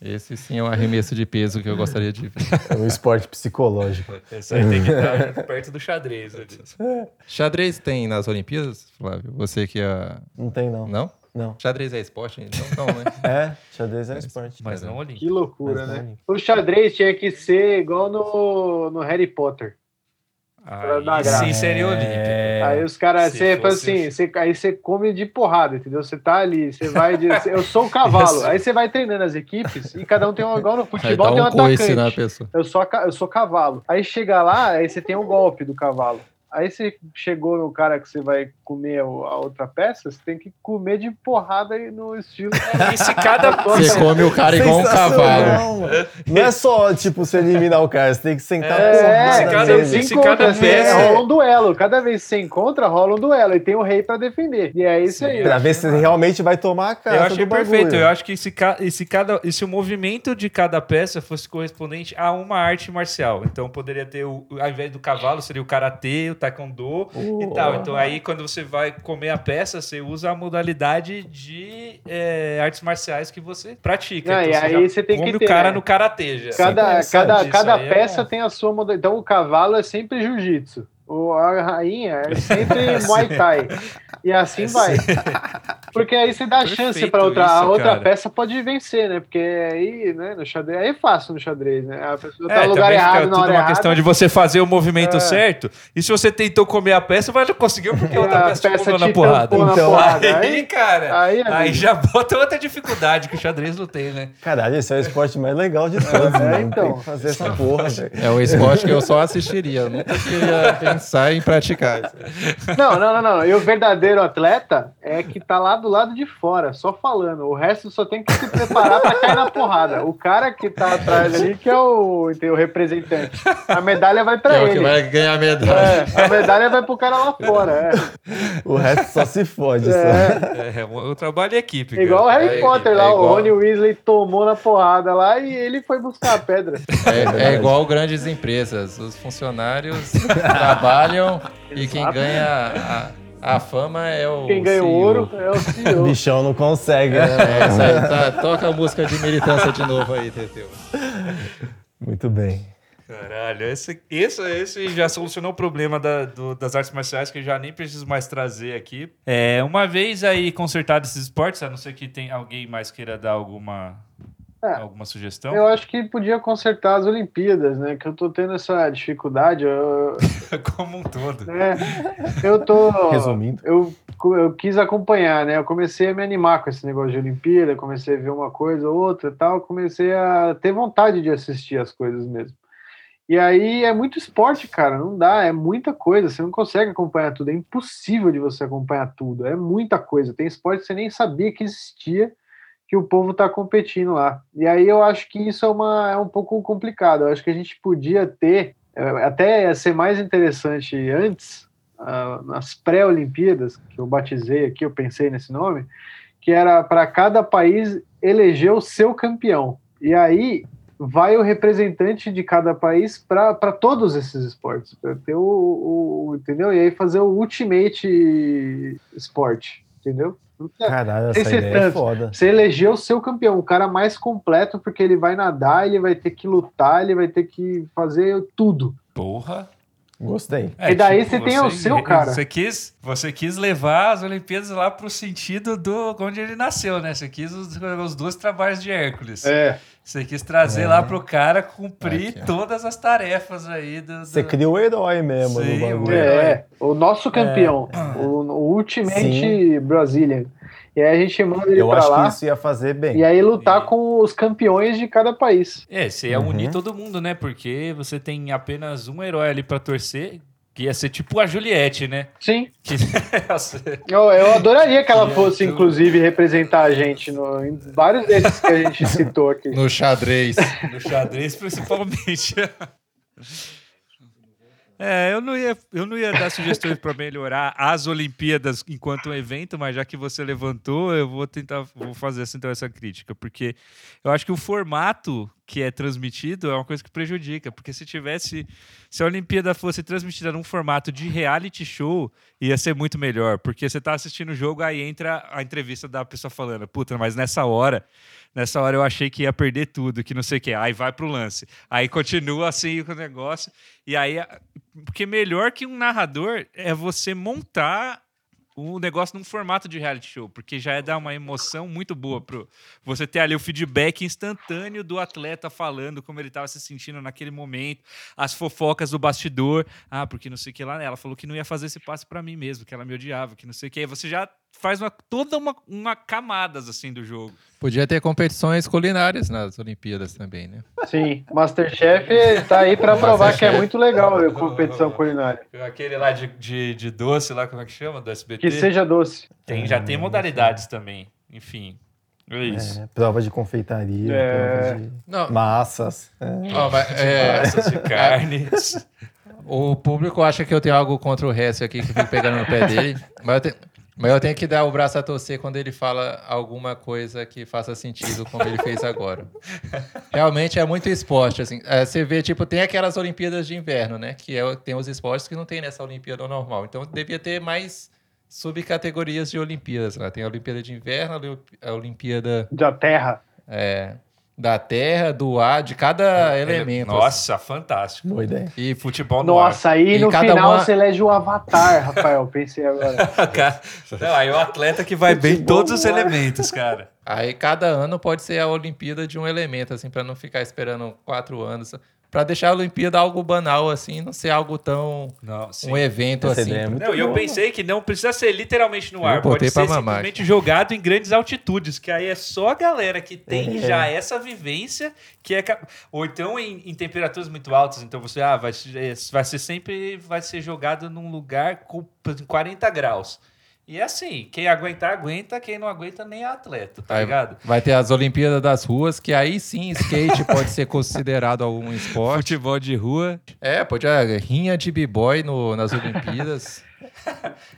Esse sim é um arremesso de peso que eu gostaria de ver. É um esporte psicológico. Esse aí tem que estar É, perto do xadrez. né? Xadrez tem nas Olimpíadas, Flávio? Você que é... Não tem, não. Não? Não. Xadrez é esporte? Então não, né? É, xadrez é um esporte. Mas não olímpico. Que loucura, Mas não, né? O xadrez tinha que ser igual no, no Harry Potter. Pra dar Aí sim graça. seria olímpico. É, aí os caras, se você faz fosse- assim, você, aí você come de porrada, entendeu? Você tá ali, você vai, de, eu sou o cavalo. Aí você vai treinando as equipes e cada um tem um, igual no Aí futebol dá tem um um coice na atacante. pessoa. Eu sou, a ca- eu sou cavalo. Aí chega lá, aí você tem um golpe do cavalo. Aí você chegou no cara que você vai comer o- a outra peça, você tem que comer de porrada e no estilo. E se cada Você come o cara igual um cavalo. Sensacional, mano. Não é só, tipo, você eliminar o cara, você tem que sentar É, porrada se cada- um nele. se cada você peça- rola um duelo. Cada vez que você encontra, rola um duelo. E tem o rei pra defender. E é isso aí. tipo, Pra ver se você realmente vai tomar a cara. Eu achei perfeito. Eu acho que se, ca- e se cada, e se o movimento de cada peça fosse correspondente a uma arte marcial. Então poderia ter, o, ao invés do cavalo, seria o karatê, o taekwondo e tal. Então aí quando você vai comer a peça, você usa a modalidade de eh, artes marciais que você pratica. Não, Então, e já aí você tem come que o ter, cara né? no É, karatê já. Cada, Sim, interessante. cada, Isso cada aí é peça bom. tem a sua modalidade. Então o cavalo é sempre jiu-jitsu. O- A rainha é sempre Muay Thai. E assim vai. Porque aí você dá É Perfeito chance para outra. a isso, outra cara. peça pode vencer, né? Porque aí, né, no xadrez. Aí é fácil no xadrez, né? A pessoa tá É, no lugar também fica errado, na tudo uma hora errada. questão de você fazer o movimento É. certo. E se você tentou comer a peça, vai não conseguiu porque a outra A peça te peça comeu te na porrada. tampou na Então, porrada. aí, Aí- cara, Aí, é aí amigo, já bota outra dificuldade que o xadrez não tem, né? Caralho, esse é o esporte mais legal de todos, É, mano. então. Tem que fazer essa porra, velho. É um esporte que eu só assistiria. Eu nunca queria pensar em praticar. Não, não, não, não. E o verdadeiro atleta é que tá lá do lado de fora, só falando. O resto só tem que se preparar pra cair na porrada. O cara que tá atrás ali, que é o, entendeu, o representante. A medalha vai Que pra é o ele. que vai ganhar a medalha. É, a medalha vai pro cara lá fora. É. O resto só se fode. É. É, o trabalho em equipe. cara. Igual o Harry É, Potter é lá, o igual. Rony Weasley tomou na porrada lá e ele foi buscar a pedra. É, é igual grandes empresas. Os funcionários trabalham e quem Exato. ganha a, a fama é o. Quem ganha o CEO. ouro é o só. O CEO. bichão não consegue, É, né? isso aí, tá, toca a música de militância de novo aí, Teteu. Muito bem. Caralho, esse, esse, esse já solucionou o problema da- do- das artes marciais que eu já nem preciso mais trazer aqui. É, uma vez aí consertado esses esportes, a não ser que tem alguém mais queira dar alguma, É. alguma sugestão. Eu acho que podia consertar as Olimpíadas, né? Que eu tô tendo essa dificuldade. Eu, Como um todo. né? eu tô. Resumindo. eu, eu quis acompanhar, né? Eu comecei a me animar com esse negócio de Olimpíada, comecei a ver uma coisa ou outra e tal, comecei a ter vontade de assistir as coisas mesmo. E aí é muito esporte, cara, não dá, é muita coisa, você não consegue acompanhar tudo, é impossível de você acompanhar tudo, é muita coisa. Tem esporte que você nem sabia que existia, que o povo tá competindo lá. E aí eu acho que isso é, uma, é um pouco complicado, eu acho que a gente podia ter, eh, até ia ser mais interessante antes, ah, nas pré-Olimpíadas, que eu batizei aqui, eu pensei nesse nome, que era para cada país eleger o seu campeão. E aí vai o representante de cada país para todos esses esportes, pra ter o, o- o- entendeu? E aí fazer o ultimate esporte, entendeu? Não precisa- Caralho, Tem essa ser ideia é tanto. foda. você elegeu o seu campeão, o cara mais completo, porque ele vai nadar, ele vai ter que lutar, ele vai ter que fazer tudo. Porra. Gostei. É, E daí você tem o seu, cara. Você quis, você quis levar as Olimpíadas lá pro sentido do onde ele nasceu, né? Você quis os, os dois trabalhos de Hércules. É. Você quis trazer lá pro cara cumprir É. Aqui, ó. todas as tarefas aí do, do- Você cria o herói mesmo Sim, no bagulho. o É, é. o nosso campeão, o, o Ultimate Brazilian. E aí a gente manda ele Eu pra acho lá que isso ia fazer bem. e aí lutar E- com os campeões de cada país. É, você ia Uhum. unir todo mundo, né? Porque você tem apenas um herói ali pra torcer, que ia ser tipo a Juliette, né? Sim, Que... eu, eu adoraria que ela fosse, Isso. inclusive, representar a gente no, em vários desses que a gente citou aqui. No xadrez. no xadrez, principalmente. É, eu não, ia, eu não ia dar sugestões pra melhorar as Olimpíadas enquanto um evento, mas já que você levantou, eu vou tentar vou fazer essa- então essa crítica, porque eu acho que o formato que é transmitido é uma coisa que prejudica, porque se tivesse se a Olimpíada fosse transmitida num formato de reality show, ia ser muito melhor, porque você tá assistindo o jogo, aí entra a entrevista da pessoa falando, puta, mas nessa hora, nessa hora eu achei que ia perder tudo, que não sei o quê, aí vai pro lance, aí continua assim com o negócio, e aí, a- porque melhor que um narrador é você montar o negócio num formato de reality show, porque já é dar uma emoção muito boa pro você ter ali o feedback instantâneo do atleta falando como ele estava se sentindo naquele momento, as fofocas do bastidor, ah, porque não sei o que lá, né? ela falou que não ia fazer esse passe pra mim mesmo, que ela me odiava, que não sei o que, aí você já faz uma, toda uma, uma camadas assim do jogo. Podia ter competições culinárias nas Olimpíadas também, né? Sim, Masterchef tá aí pra provar que é muito legal a competição culinária. Aquele lá de, de, de doce, lá como é que chama? Do SBT. Que seja doce. Tem, já tem modalidades também. Enfim. É isso. É, prova de confeitaria, É. prova de Não, massas. é. ó, mas, é, Massas de carnes. o público acha que eu tenho algo contra o Hess aqui, que eu fico pegando no pé dele. Mas eu, te- mas eu tenho que dar o braço a torcer quando ele fala alguma coisa que faça sentido, como ele fez agora. Realmente é muito esporte, assim. É, você vê, tipo, tem aquelas Olimpíadas de inverno, né? Que é, o- tem os esportes que não tem nessa Olimpíada normal. Então devia ter mais subcategorias de Olimpíadas, né? Tem a Olimpíada de Inverno, a Olim- a Olimpíada Da terra. é, da terra, do ar, de cada elemento. assim. É, Nossa, fantástico. Boa ideia. E futebol no ar. Nossa, aí E no cada final uma- você elege o avatar, Rafael. Pensei agora. Cara, Não, aí é um atleta que vai bem em Futebol todos os no ar. elementos, cara. Aí cada ano pode ser a Olimpíada de um elemento, assim, para não ficar esperando quatro anos. Pra deixar a Olimpíada algo banal, assim, não ser algo tão. Não, sim. um evento Essa assim. ideia é muito Não, e eu boa. pensei que não precisa ser literalmente no Eu ar, pode botei ser pra mamar. simplesmente jogado em grandes altitudes, que aí é só a galera que tem É. já essa vivência, que é cap- ou então em, em temperaturas muito altas, então você ah, vai, se- é, vai ser sempre vai ser jogado num lugar com por exemplo, 40 graus. E é assim, quem aguentar aguenta, quem não aguenta nem é atleta, tá Aí ligado? Vai ter as Olimpíadas das ruas, que aí sim skate pode ser considerado algum esporte. Futebol de rua. É, pode é, rinha de b-boy no- nas Olimpíadas.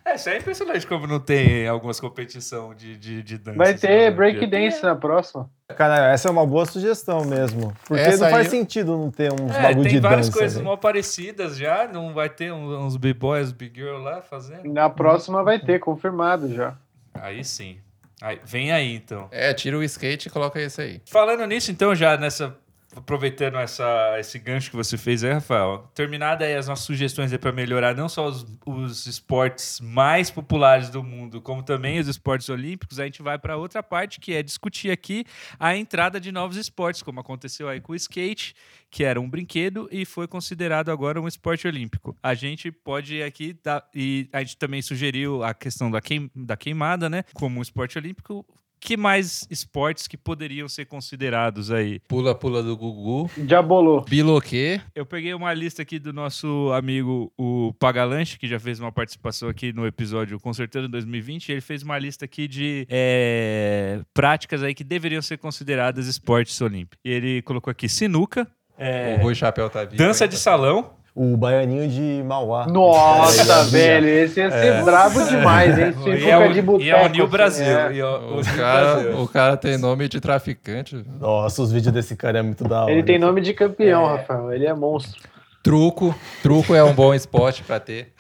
É, isso é impressionante como não tem algumas competições de, de, de dança. Vai assim, ter no dia. breakdance na próxima. Cara, essa é uma boa sugestão mesmo. Porque Essa não faz aí- sentido não ter uns É, bagulho tem de várias dança. né? coisas velho. mó parecidas já. Não vai ter um- uns b-boys, b-girl lá fazendo? Na próxima vai ter, confirmado já. Aí sim. Aí, vem aí, então. É, tira o skate e coloca esse aí. Falando nisso, então, já nessa... Aproveitando essa, esse gancho que você fez aí, Rafael. Terminada aí as nossas sugestões aí para melhorar não só os, os esportes mais populares do mundo, como também os esportes olímpicos, a gente vai para outra parte que é discutir aqui a entrada de novos esportes, como aconteceu aí com o skate, que era um brinquedo e foi considerado agora um esporte olímpico. A gente pode aqui dar, e a gente também sugeriu a questão da, queim- da queimada, né? Como um esporte olímpico. Que mais esportes que poderiam ser considerados aí? Pula, pula do Gugu. Já bolou. Biloquê. Eu peguei uma lista aqui do nosso amigo o Pagalanche, que já fez uma participação aqui no episódio Consertando 2020. Ele fez uma lista aqui de é, práticas aí que deveriam ser consideradas esportes olímpicos. E ele colocou aqui sinuca, é, O Rui Chapéu tá vivo. dança ainda. de salão, O baianinho de Mauá. Nossa, É, velho, esse ia ser brabo demais, hein? Se é. E é, fica o, de e boteco. é o New assim, Brasil. é. E é o- o O New cara, Brasil. o cara tem nome de traficante. Nossa, os vídeos desse cara é muito da hora. Ele tem nome de campeão, Rafael. Ele é monstro. Truco. Truco é um bom esporte pra ter.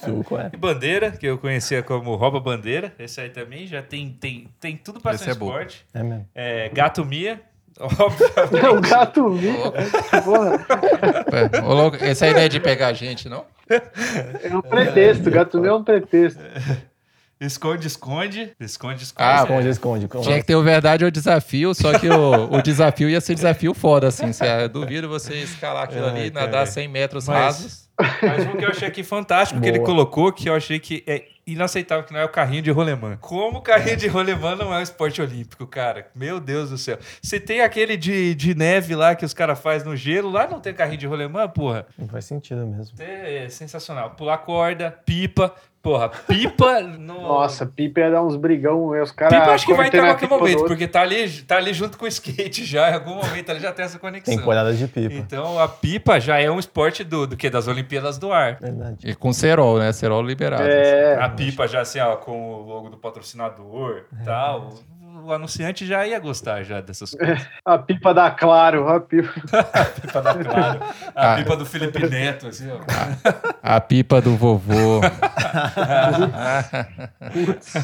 Truco, é. E Bandeira, que eu conhecia como Rouba Bandeira. Esse aí também já tem, tem, tem tudo pra Esse ser um é bom. esporte. É mesmo. É, gato Mia, obviamente. É o gato Mia, Ô, porra. Pé, ô, louco, Esse aí não é de pegar gente, não? É um pretexto, gato Mia é um pretexto. Esconde, esconde. Esconde, esconde. é Ah, Esconde, esconde. Então, Tinha que ter o verdade ou desafio, só que o, o desafio ia ser desafio foda, assim. Cê, ah, duvido você escalar É, aquilo ali, nadar 100 metros Mas- rasos. Mas um que eu achei aqui fantástico que ele Boa. colocou, que eu achei que é inaceitável, que não é o carrinho de rolemã. Como o carrinho de rolemã não é um esporte olímpico, cara? Meu Deus do céu. Você tem aquele de, de neve lá que os caras fazem no gelo, lá não tem carrinho de rolemã, porra? Não faz sentido mesmo. É sensacional. Pular corda, pipa, porra, pipa no... Nossa, Pipe ia dar uns brigão. e Os caras. Pipa acho que vai entrar cortando a a qualquer pipa do momento, outro. porque tá ali, tá ali junto com o skate já, em algum momento ele já tem essa conexão. Temporada de pipa. Então a pipa já é um esporte do, do que? Das Olimpíadas do Ar. Verdade. E com cerol, né? Cerol liberado. É, A pipa já assim, ó, com o logo do patrocinador É. e tal. O, o anunciante já ia gostar já dessas coisas. a pipa da Claro, a pipa. pipa da Claro, a Ah. pipa do Felipe Neto, assim, ó. assim. A pipa do vovô.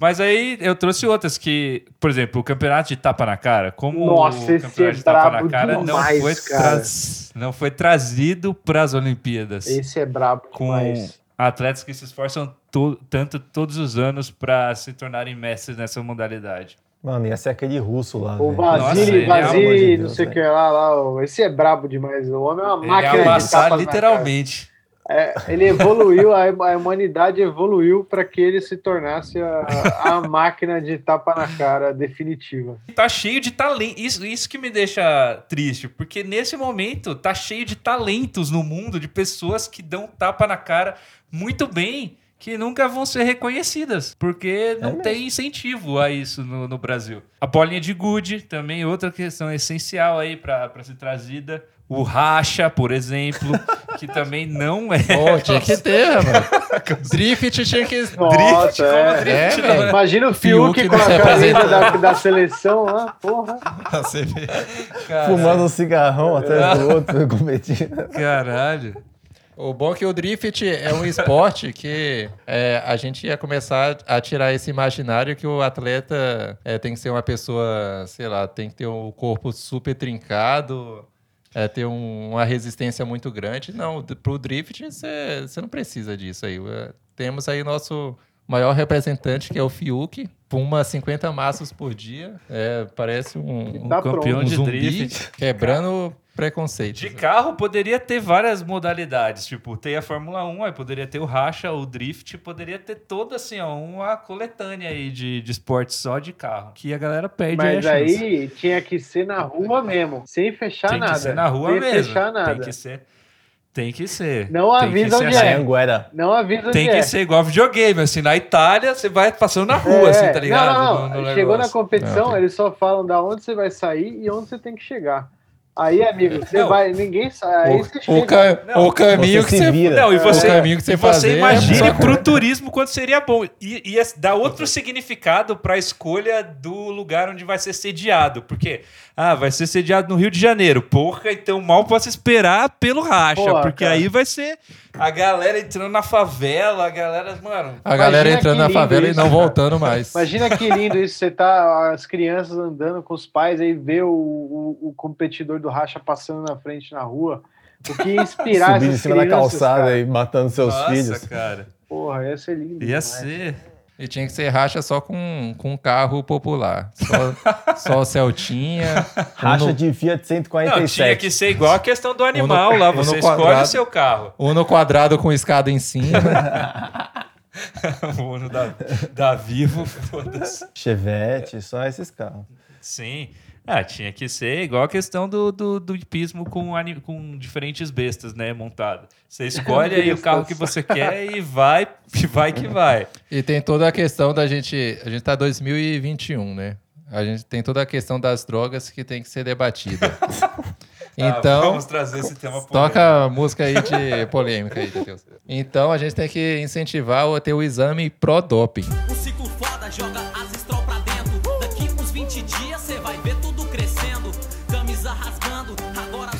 Mas aí eu trouxe outras que, por exemplo, o campeonato de tapa na cara, como o Nossa, campeonato esse é de tapa na brabo cara não demais, foi, cara. traz- não foi trazido para as Olimpíadas. Esse é brabo com demais. atletas que se esforçam to- tanto todos os anos para se tornarem mestres nessa modalidade. Mano, ia ser aquele russo lá. O velho. Nossa, ele é- Vasily, pelo Vasily, amor de não Deus, sei o né? que lá, lá. ó, Esse é brabo demais. O homem é uma Ele ia máquina de amassar tapas na cara. literalmente. É, ele evoluiu, a a humanidade evoluiu para que ele se tornasse a, a máquina de tapa na cara definitiva. Tá cheio de talento. Isso, isso que me deixa triste, porque nesse momento tá cheio de talentos no mundo, de pessoas que dão tapa na cara muito bem, que nunca vão ser reconhecidas, porque não mesmo. tem incentivo a isso no, no Brasil. A bolinha de gude também, outra questão essencial aí pra pra ser trazida. O racha, por exemplo, que também não é. Pô, tinha que ter, mano. Drift tinha que. Nossa, é. É, Drift, né? velho. Imagina o Fiuk Fiuk, com não se a camisa apresenta. da, da seleção lá, porra. Você vê. Fumando um É. cigarrão atrás do outro, competindo. Caralho. O bom é que o drift é um esporte que é, a gente ia começar a tirar esse imaginário que o atleta é, tem que ser uma pessoa, sei lá, tem que ter um corpo super trincado, é, ter um- uma resistência muito grande. Não, d- pro drift você você não precisa disso aí. É, Temos aí nosso maior representante, que é o Fiuk, puma 50 maços por dia. É, parece um, um Tá campeão pronto. de zumbi drift. quebrando preconceito. De carro poderia ter várias modalidades, tipo, tem a Fórmula 1, aí poderia ter o racha, o drift, poderia ter toda assim, ó, uma coletânea aí de, de esportes só de carro, que a galera perde Mas a chance. aí tinha que ser na rua mesmo, sem fechar tem nada. que ser na rua sem mesmo. fechar nada. Tem que ser. Tem que ser. Não tem que avisa ser onde assim. é. Anguera. Não avisa Tem onde que é. ser igual videogame, assim, na Itália você vai passando na rua, É, assim, tá ligado? Não, não, No- não. no Chegou na negócio. competição, Ah, tá. eles só falam da onde você vai sair e onde você tem que chegar. Aí, amigo, você Não. vai, ninguém sai. Aí você O, o, chega. ca- Não, o caminho Você que se você vira. Não, e É você, o É. caminho que e você você fazer imagine é pro turismo quanto seria bom. E, e esse- dá outro significado pra escolha do lugar onde vai ser sediado. Porque, ah, vai ser sediado no Rio de Janeiro. Porra, então mal posso esperar pelo racha. Porra, porque cara. aí vai ser a galera entrando na favela, a galera, mano. a galera Imagina entrando que na lindo favela e isso, não cara. voltando mais. Imagina que lindo isso, você tá as crianças andando com os pais aí vê o, o- o competidor do racha passando na frente na rua. O que ia inspirar Subindo em essas cima da crianças, calçada cara. e matando seus Nossa, filhos. cara. Porra, ia ser lindo. Ia demais. ser. E tinha que ser racha só com, com um carro popular. Só, só o Celtinha. Racha Uno, de Fiat Não, 147. tinha que ser igual a questão do animal lá. Uno Você escolhe o quadrado. seu carro. Uno quadrado com escada em cima. o Uno da, da Vivo, foda-se. Chevette, só esses carros. Sim. Ah, tinha que ser igual a questão do, do, do hipismo com, ani- com diferentes bestas, né? Montada. Você escolhe aí o carro que você quer e vai, que vai que vai. e tem toda a questão da gente. A gente tá em 2021, né? A gente tem toda a questão das drogas que tem que ser debatida. Ah, Então, vamos trazer esse tema polêmico. Toca a música aí de polêmica aí, Matheus. Então a gente tem que incentivar o- ter o exame pró-doping. Um ciclo foda joga as estrol pra dentro. Daqui uns 20 dias cê vai ver tudo crescendo. Camisa rasgando, agora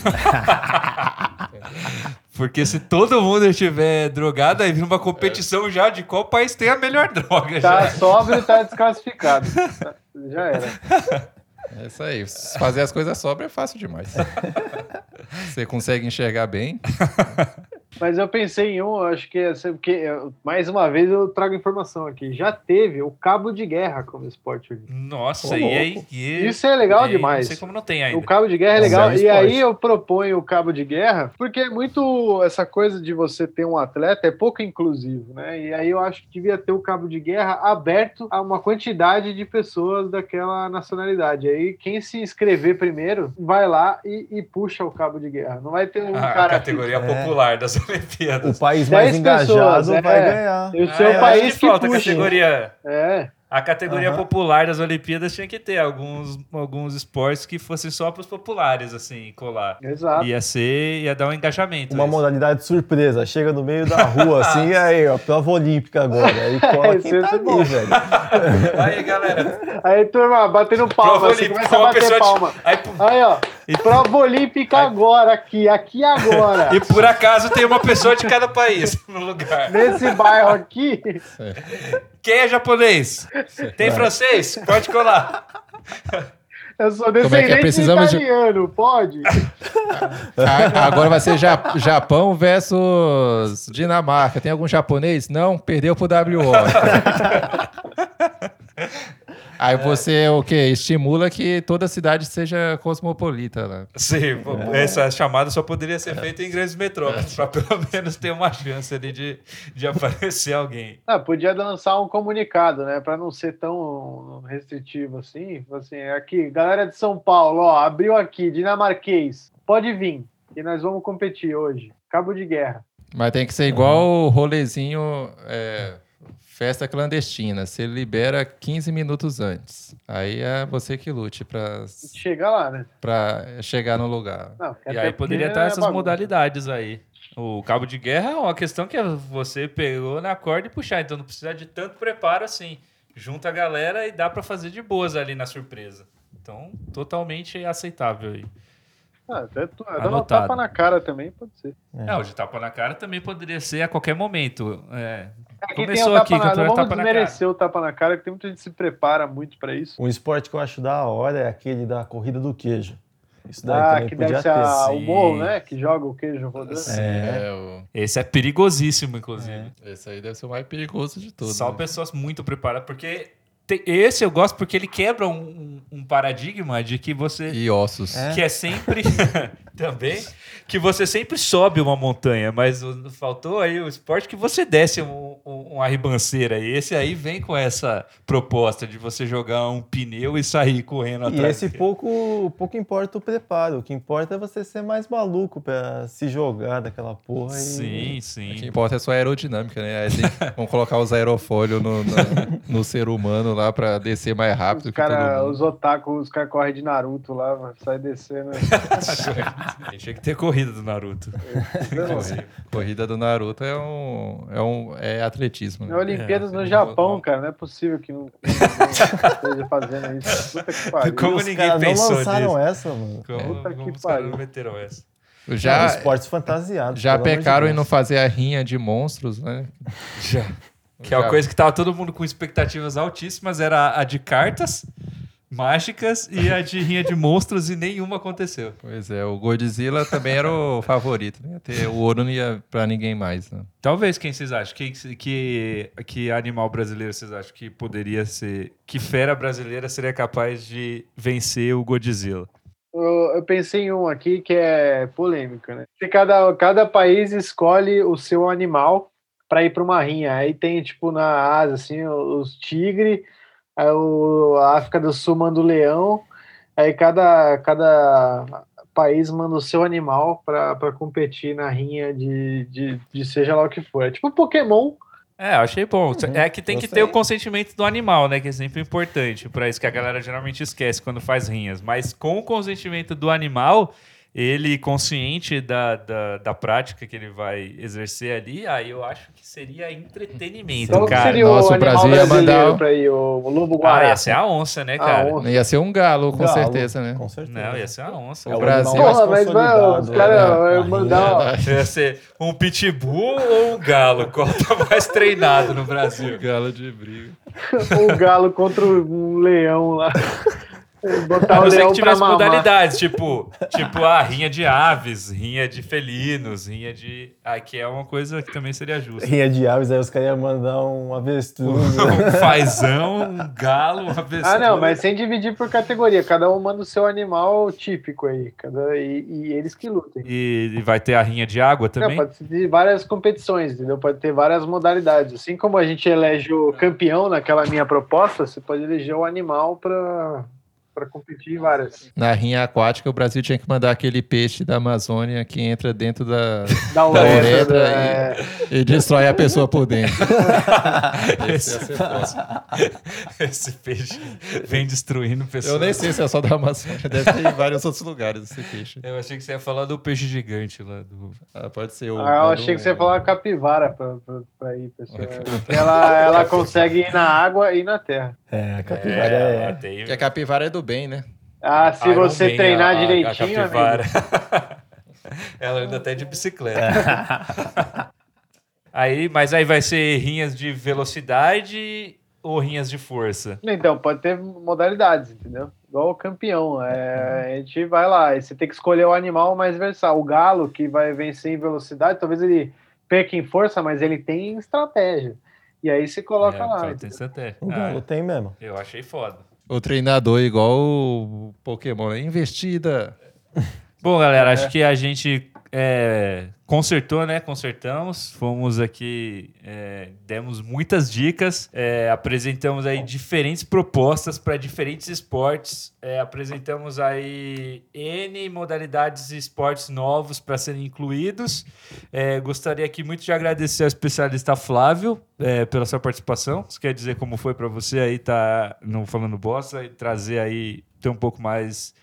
Porque se todo mundo estiver drogado, aí vira uma competição já de qual país tem a melhor droga. Tá Já. sóbrio, tá desclassificado. Tá- Já era. É isso aí. Fazer as coisas sobras é fácil demais. Você consegue enxergar bem. Mas eu pensei em um, eu acho que é sempre- porque eu- mais uma vez eu trago informação aqui. Já teve o cabo de guerra como esporte. olímpico. Nossa, Ô, e aí? louco. e- Isso é legal e- demais. Não sei como não tem ainda. O cabo de guerra é É um legal. belo E aí esporte. eu proponho o cabo de guerra, porque é muito essa coisa de você ter um atleta é pouco inclusivo, né? E aí eu acho que devia ter o cabo de guerra aberto a uma quantidade de pessoas daquela nacionalidade. Aí quem se inscrever primeiro vai lá e, e puxa o cabo de guerra. Não vai ter um a cara. categoria É. popular das Olimpíadas. O país É. Dez mais engajado pessoas, é. vai ganhar. O Ah, seu eu acho país que, falta a puxa. categoria. É. A categoria Aham. popular das Olimpíadas tinha que ter alguns, alguns esportes que fossem só para os populares, assim, colar. Exato. Ia ser, ia dar um engajamento. Uma isso. modalidade surpresa. Chega no meio da rua, assim, e aí, ó, prova olímpica agora. Aí cola Isso é quem tá ali, bom. velho. Aí, galera, Aí, turma, batendo palma. prova Você olímpica, começa a uma bater pessoa... te- palma. Aí, pu- Aí, ó. E- Prova olímpica agora, aqui, aqui agora. e por acaso tem uma pessoa de cada país no lugar. Nesse bairro aqui. Quem é japonês? É. Tem francês? Pode colar. Eu sou é que é? descendente Precisamos de- de italiano, pode? A- agora vai ser Ja- Japão versus Dinamarca. Tem algum japonês? Não, perdeu pro WO. Aí você, o quê? Estimula que toda cidade seja cosmopolita, né? Sim, pô, É. essa chamada só poderia ser feita em grandes metrópoles, para pelo menos ter uma chance ali de, de aparecer alguém. Ah, podia lançar um comunicado, né? Para não ser tão restritivo assim. Falar Assim, aqui, galera de São Paulo, ó, abriu aqui, dinamarquês, pode vir, que nós vamos competir hoje. Cabo de guerra. Mas tem que ser igual o rolezinho é, festa clandestina. Você libera 15 minutos antes. Aí é você que lute pra, Chega lá, né? pra chegar no lugar. Não, até E aí porque poderia é estar essas bagunça. modalidades aí. O cabo de guerra é uma questão que você pegou na corda e puxar, então não precisa de tanto preparo assim. Junta a galera e dá para fazer de boas ali na surpresa. Então, totalmente aceitável aí. Ah, até tu, dá uma Anotado. tapa na cara também, pode ser. É. Não, de tapa na cara também poderia ser a qualquer momento. É, Aqui Começou tem o tapa aqui, na, que eu tô tapa não vamos na cara. desmerecer o tapa na cara, que tem muita gente que se prepara muito para isso. Um esporte que eu acho da hora é aquele da corrida do queijo. Isso daí Ah, também que deve podia ser ter. a- sim. o morro, né? Que joga o queijo rodando. É. o- Esse é perigosíssimo, inclusive. É, esse aí deve ser o mais perigoso de tudo. Só né? pessoas muito preparadas, porque te- esse eu gosto porque ele quebra um, um- um paradigma de que você. E ossos. É. Que é sempre. também. Que você sempre sobe uma montanha, mas o- faltou aí o esporte que você desce um, um- uma ribanceira. E esse aí vem com essa proposta de você jogar um pneu e sair correndo E atrás. esse dele. pouco, pouco importa o preparo. O que importa é você ser mais maluco pra se jogar daquela porra. e- Sim, O que sim. importa é só a aerodinâmica, né? Aí tem que- vamos colocar os aerofólios no, na- no ser humano lá pra descer mais rápido Os que tá todo cara, mundo. os otaku, os caras correm de Naruto lá, mano, sai descendo. É Tinha que ter corrida do Naruto. Não, Corrida do Naruto é um. É, um, é atletismo. É Olimpíadas É, no sim, Japão, vou- cara. Não é possível que não esteja fazendo isso. Puta que pariu. Como Os ninguém caras não pensou lançaram nisso. essa, mano. Como, Puta que como os caras pariu. não meteram essa? Não, Já, esportes fantasiados. já é um pelo amor de pecaram em Deus. não fazer a rinha de monstros, né? Já. Que é uma Já. coisa que tava todo mundo com expectativas altíssimas, era a de cartas mágicas e a de rinha de monstros e nenhuma aconteceu. Pois é, o Godzilla também era o favorito. Não ia ter, o ouro não ia pra ninguém mais. Né? Talvez quem vocês acham? Que, que, que animal brasileiro vocês acham que poderia ser. Que fera brasileira seria capaz de vencer o Godzilla? Eu, eu pensei em um aqui que é polêmico, né? Se cada, cada país escolhe o seu animal para ir para uma rinha. Aí tem, tipo, na Ásia, assim, os tigre, aí o, a África do Sul manda o leão, aí cada, cada país manda o seu animal para competir na rinha de, de, de seja lá o que for. É tipo Pokémon. É, eu achei bom. Uhum. é que tem que ter gostei. o consentimento do animal, né? Que é sempre importante. Pra isso que a galera geralmente esquece quando faz rinhas. Mas com o consentimento do animal, ele consciente da, da, da prática que ele vai exercer ali, aí eu acho que seria entretenimento, Então, o que cara. seria nossa, o o animal Brasil ia brasileiro mandar o- para ir? O lobo Ah, guará. ia ser a onça, né, A cara? onça. Ia ser um galo, com Galo, certeza, né? Com certeza. Não, ia ser a onça. É o Brasil. animal mais Porra, mas mano, os consolidado, né, na caras rinha. mandar. ó, Ia ser um pitbull ou um galo? Qual tá mais treinado no Brasil? Galo de briga. o galo contra um leão lá. Botar A Tá o não ser que leão pra tivesse mamar. modalidades, tipo, tipo a rinha de aves, rinha de felinos, rinha de. Ah, que é uma coisa que também seria um- justa. Rinha de aves, aí os caras iam mandar um avestruz. Um fazão, um galo, uma pessoa. Ah, não, mas sem dividir por categoria. Cada um manda o seu animal típico aí. Cada, e, e eles que lutem. E, e vai ter a rinha de água Não, também? pode ter várias competições, entendeu? Pode ter várias modalidades. Assim como a gente elege o campeão naquela minha proposta, você pode eleger o animal pra, pra competir em várias. Na rinha aquática, o Brasil tinha que mandar aquele peixe da Amazônia que entra dentro da. Da Da uretra, uretra da- e destrói a pessoa por dentro. esse, esse peixe vem destruindo pessoas. Eu nem sei se é só da Amazônia, deve ter em vários outros lugares esse peixe. Eu achei que você ia falar do peixe gigante lá. Do... Ah, pode ser o. né? Ah, eu achei que você ia falar capivara pra, pra, pra ir, pessoal. Ela, ela consegue ir na água e na terra. É, a capivara é. lá tem- Que a capivara é do bem, né? Ah, se Iron você Man, treinar a- a- direitinho, a amigo. capivara. Ela anda até de bicicleta. aí, mas aí vai ser rinhas de velocidade ou rinhas de força? Então, pode ter modalidades, entendeu? Igual o campeão. Uhum. é, a gente vai lá. E você tem que escolher o animal mais versátil. O galo, que vai vencer em velocidade, talvez ele perca em força, mas ele tem estratégia. E aí você coloca É, lá. então entendeu? tem estratégia. O galo Ah, tem mesmo. eu achei foda. O treinador igual o Pokémon, né? Investida. Bom, galera, acho que a gente é, consertou, né? Consertamos. Fomos aqui, é, demos muitas dicas, é, apresentamos aí diferentes propostas para diferentes esportes, é, apresentamos aí N modalidades e esportes novos para serem incluídos. É, gostaria aqui muito de agradecer ao especialista Flávio é, pela sua participação. Você quer dizer como foi para você aí tá no Falando Bosta e trazer aí, ter um pouco mais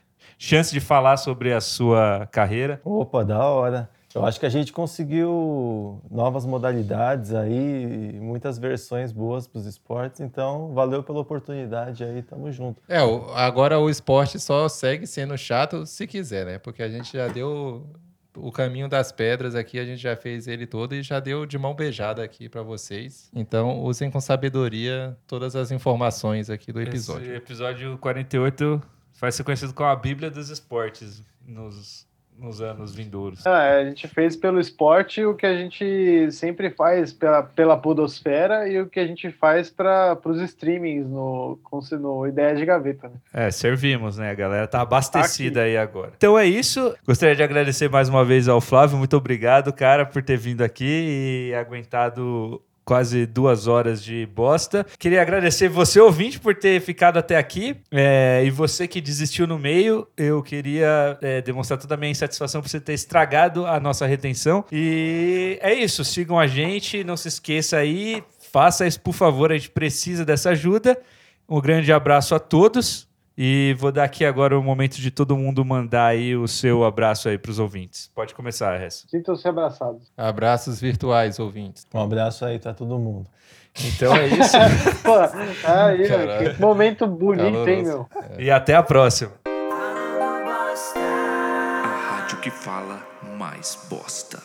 chance de falar sobre a sua carreira. Opa, da hora. Eu acho que a gente conseguiu novas modalidades aí, muitas versões boas para os esportes, então valeu pela oportunidade aí, tamo junto. É, o- agora o esporte só segue sendo chato se quiser, né? Porque a gente já deu o caminho das pedras aqui, a gente já fez ele todo e já deu de mão beijada aqui pra vocês. Então, usem com sabedoria todas as informações aqui do episódio. Esse episódio 48 vai ser conhecido como a Bíblia dos Esportes nos, nos anos vindouros. Ah, é, a gente fez pelo esporte o que a gente sempre faz pela, pela podosfera e o que a gente faz para os streamings no, com- no Ideias de Gaveta. Né? É, servimos, né? A galera tá abastecida aí agora. Então é isso. Gostaria de agradecer mais uma vez ao Flávio. Muito obrigado, cara, por ter vindo aqui e aguentado quase duas horas de bosta. Queria agradecer você, ouvinte, por ter ficado até aqui. É, e você que desistiu no meio, eu queria é, demonstrar toda a minha insatisfação por você ter estragado a nossa retenção. E é isso. Sigam a gente. Não se esqueça aí. Faça isso, por favor. A gente precisa dessa ajuda. Um grande abraço a todos e vou dar aqui agora o momento de todo mundo mandar aí o seu abraço aí para os ouvintes. Pode começar, Hess. Sintam-se abraçados. Abraços virtuais, ouvintes. Um abraço aí para todo mundo. Então é isso Pô, aí, Caralho. ó, que momento bonito, hein, meu? Caloroso. e até a próxima. A rádio que fala mais bosta.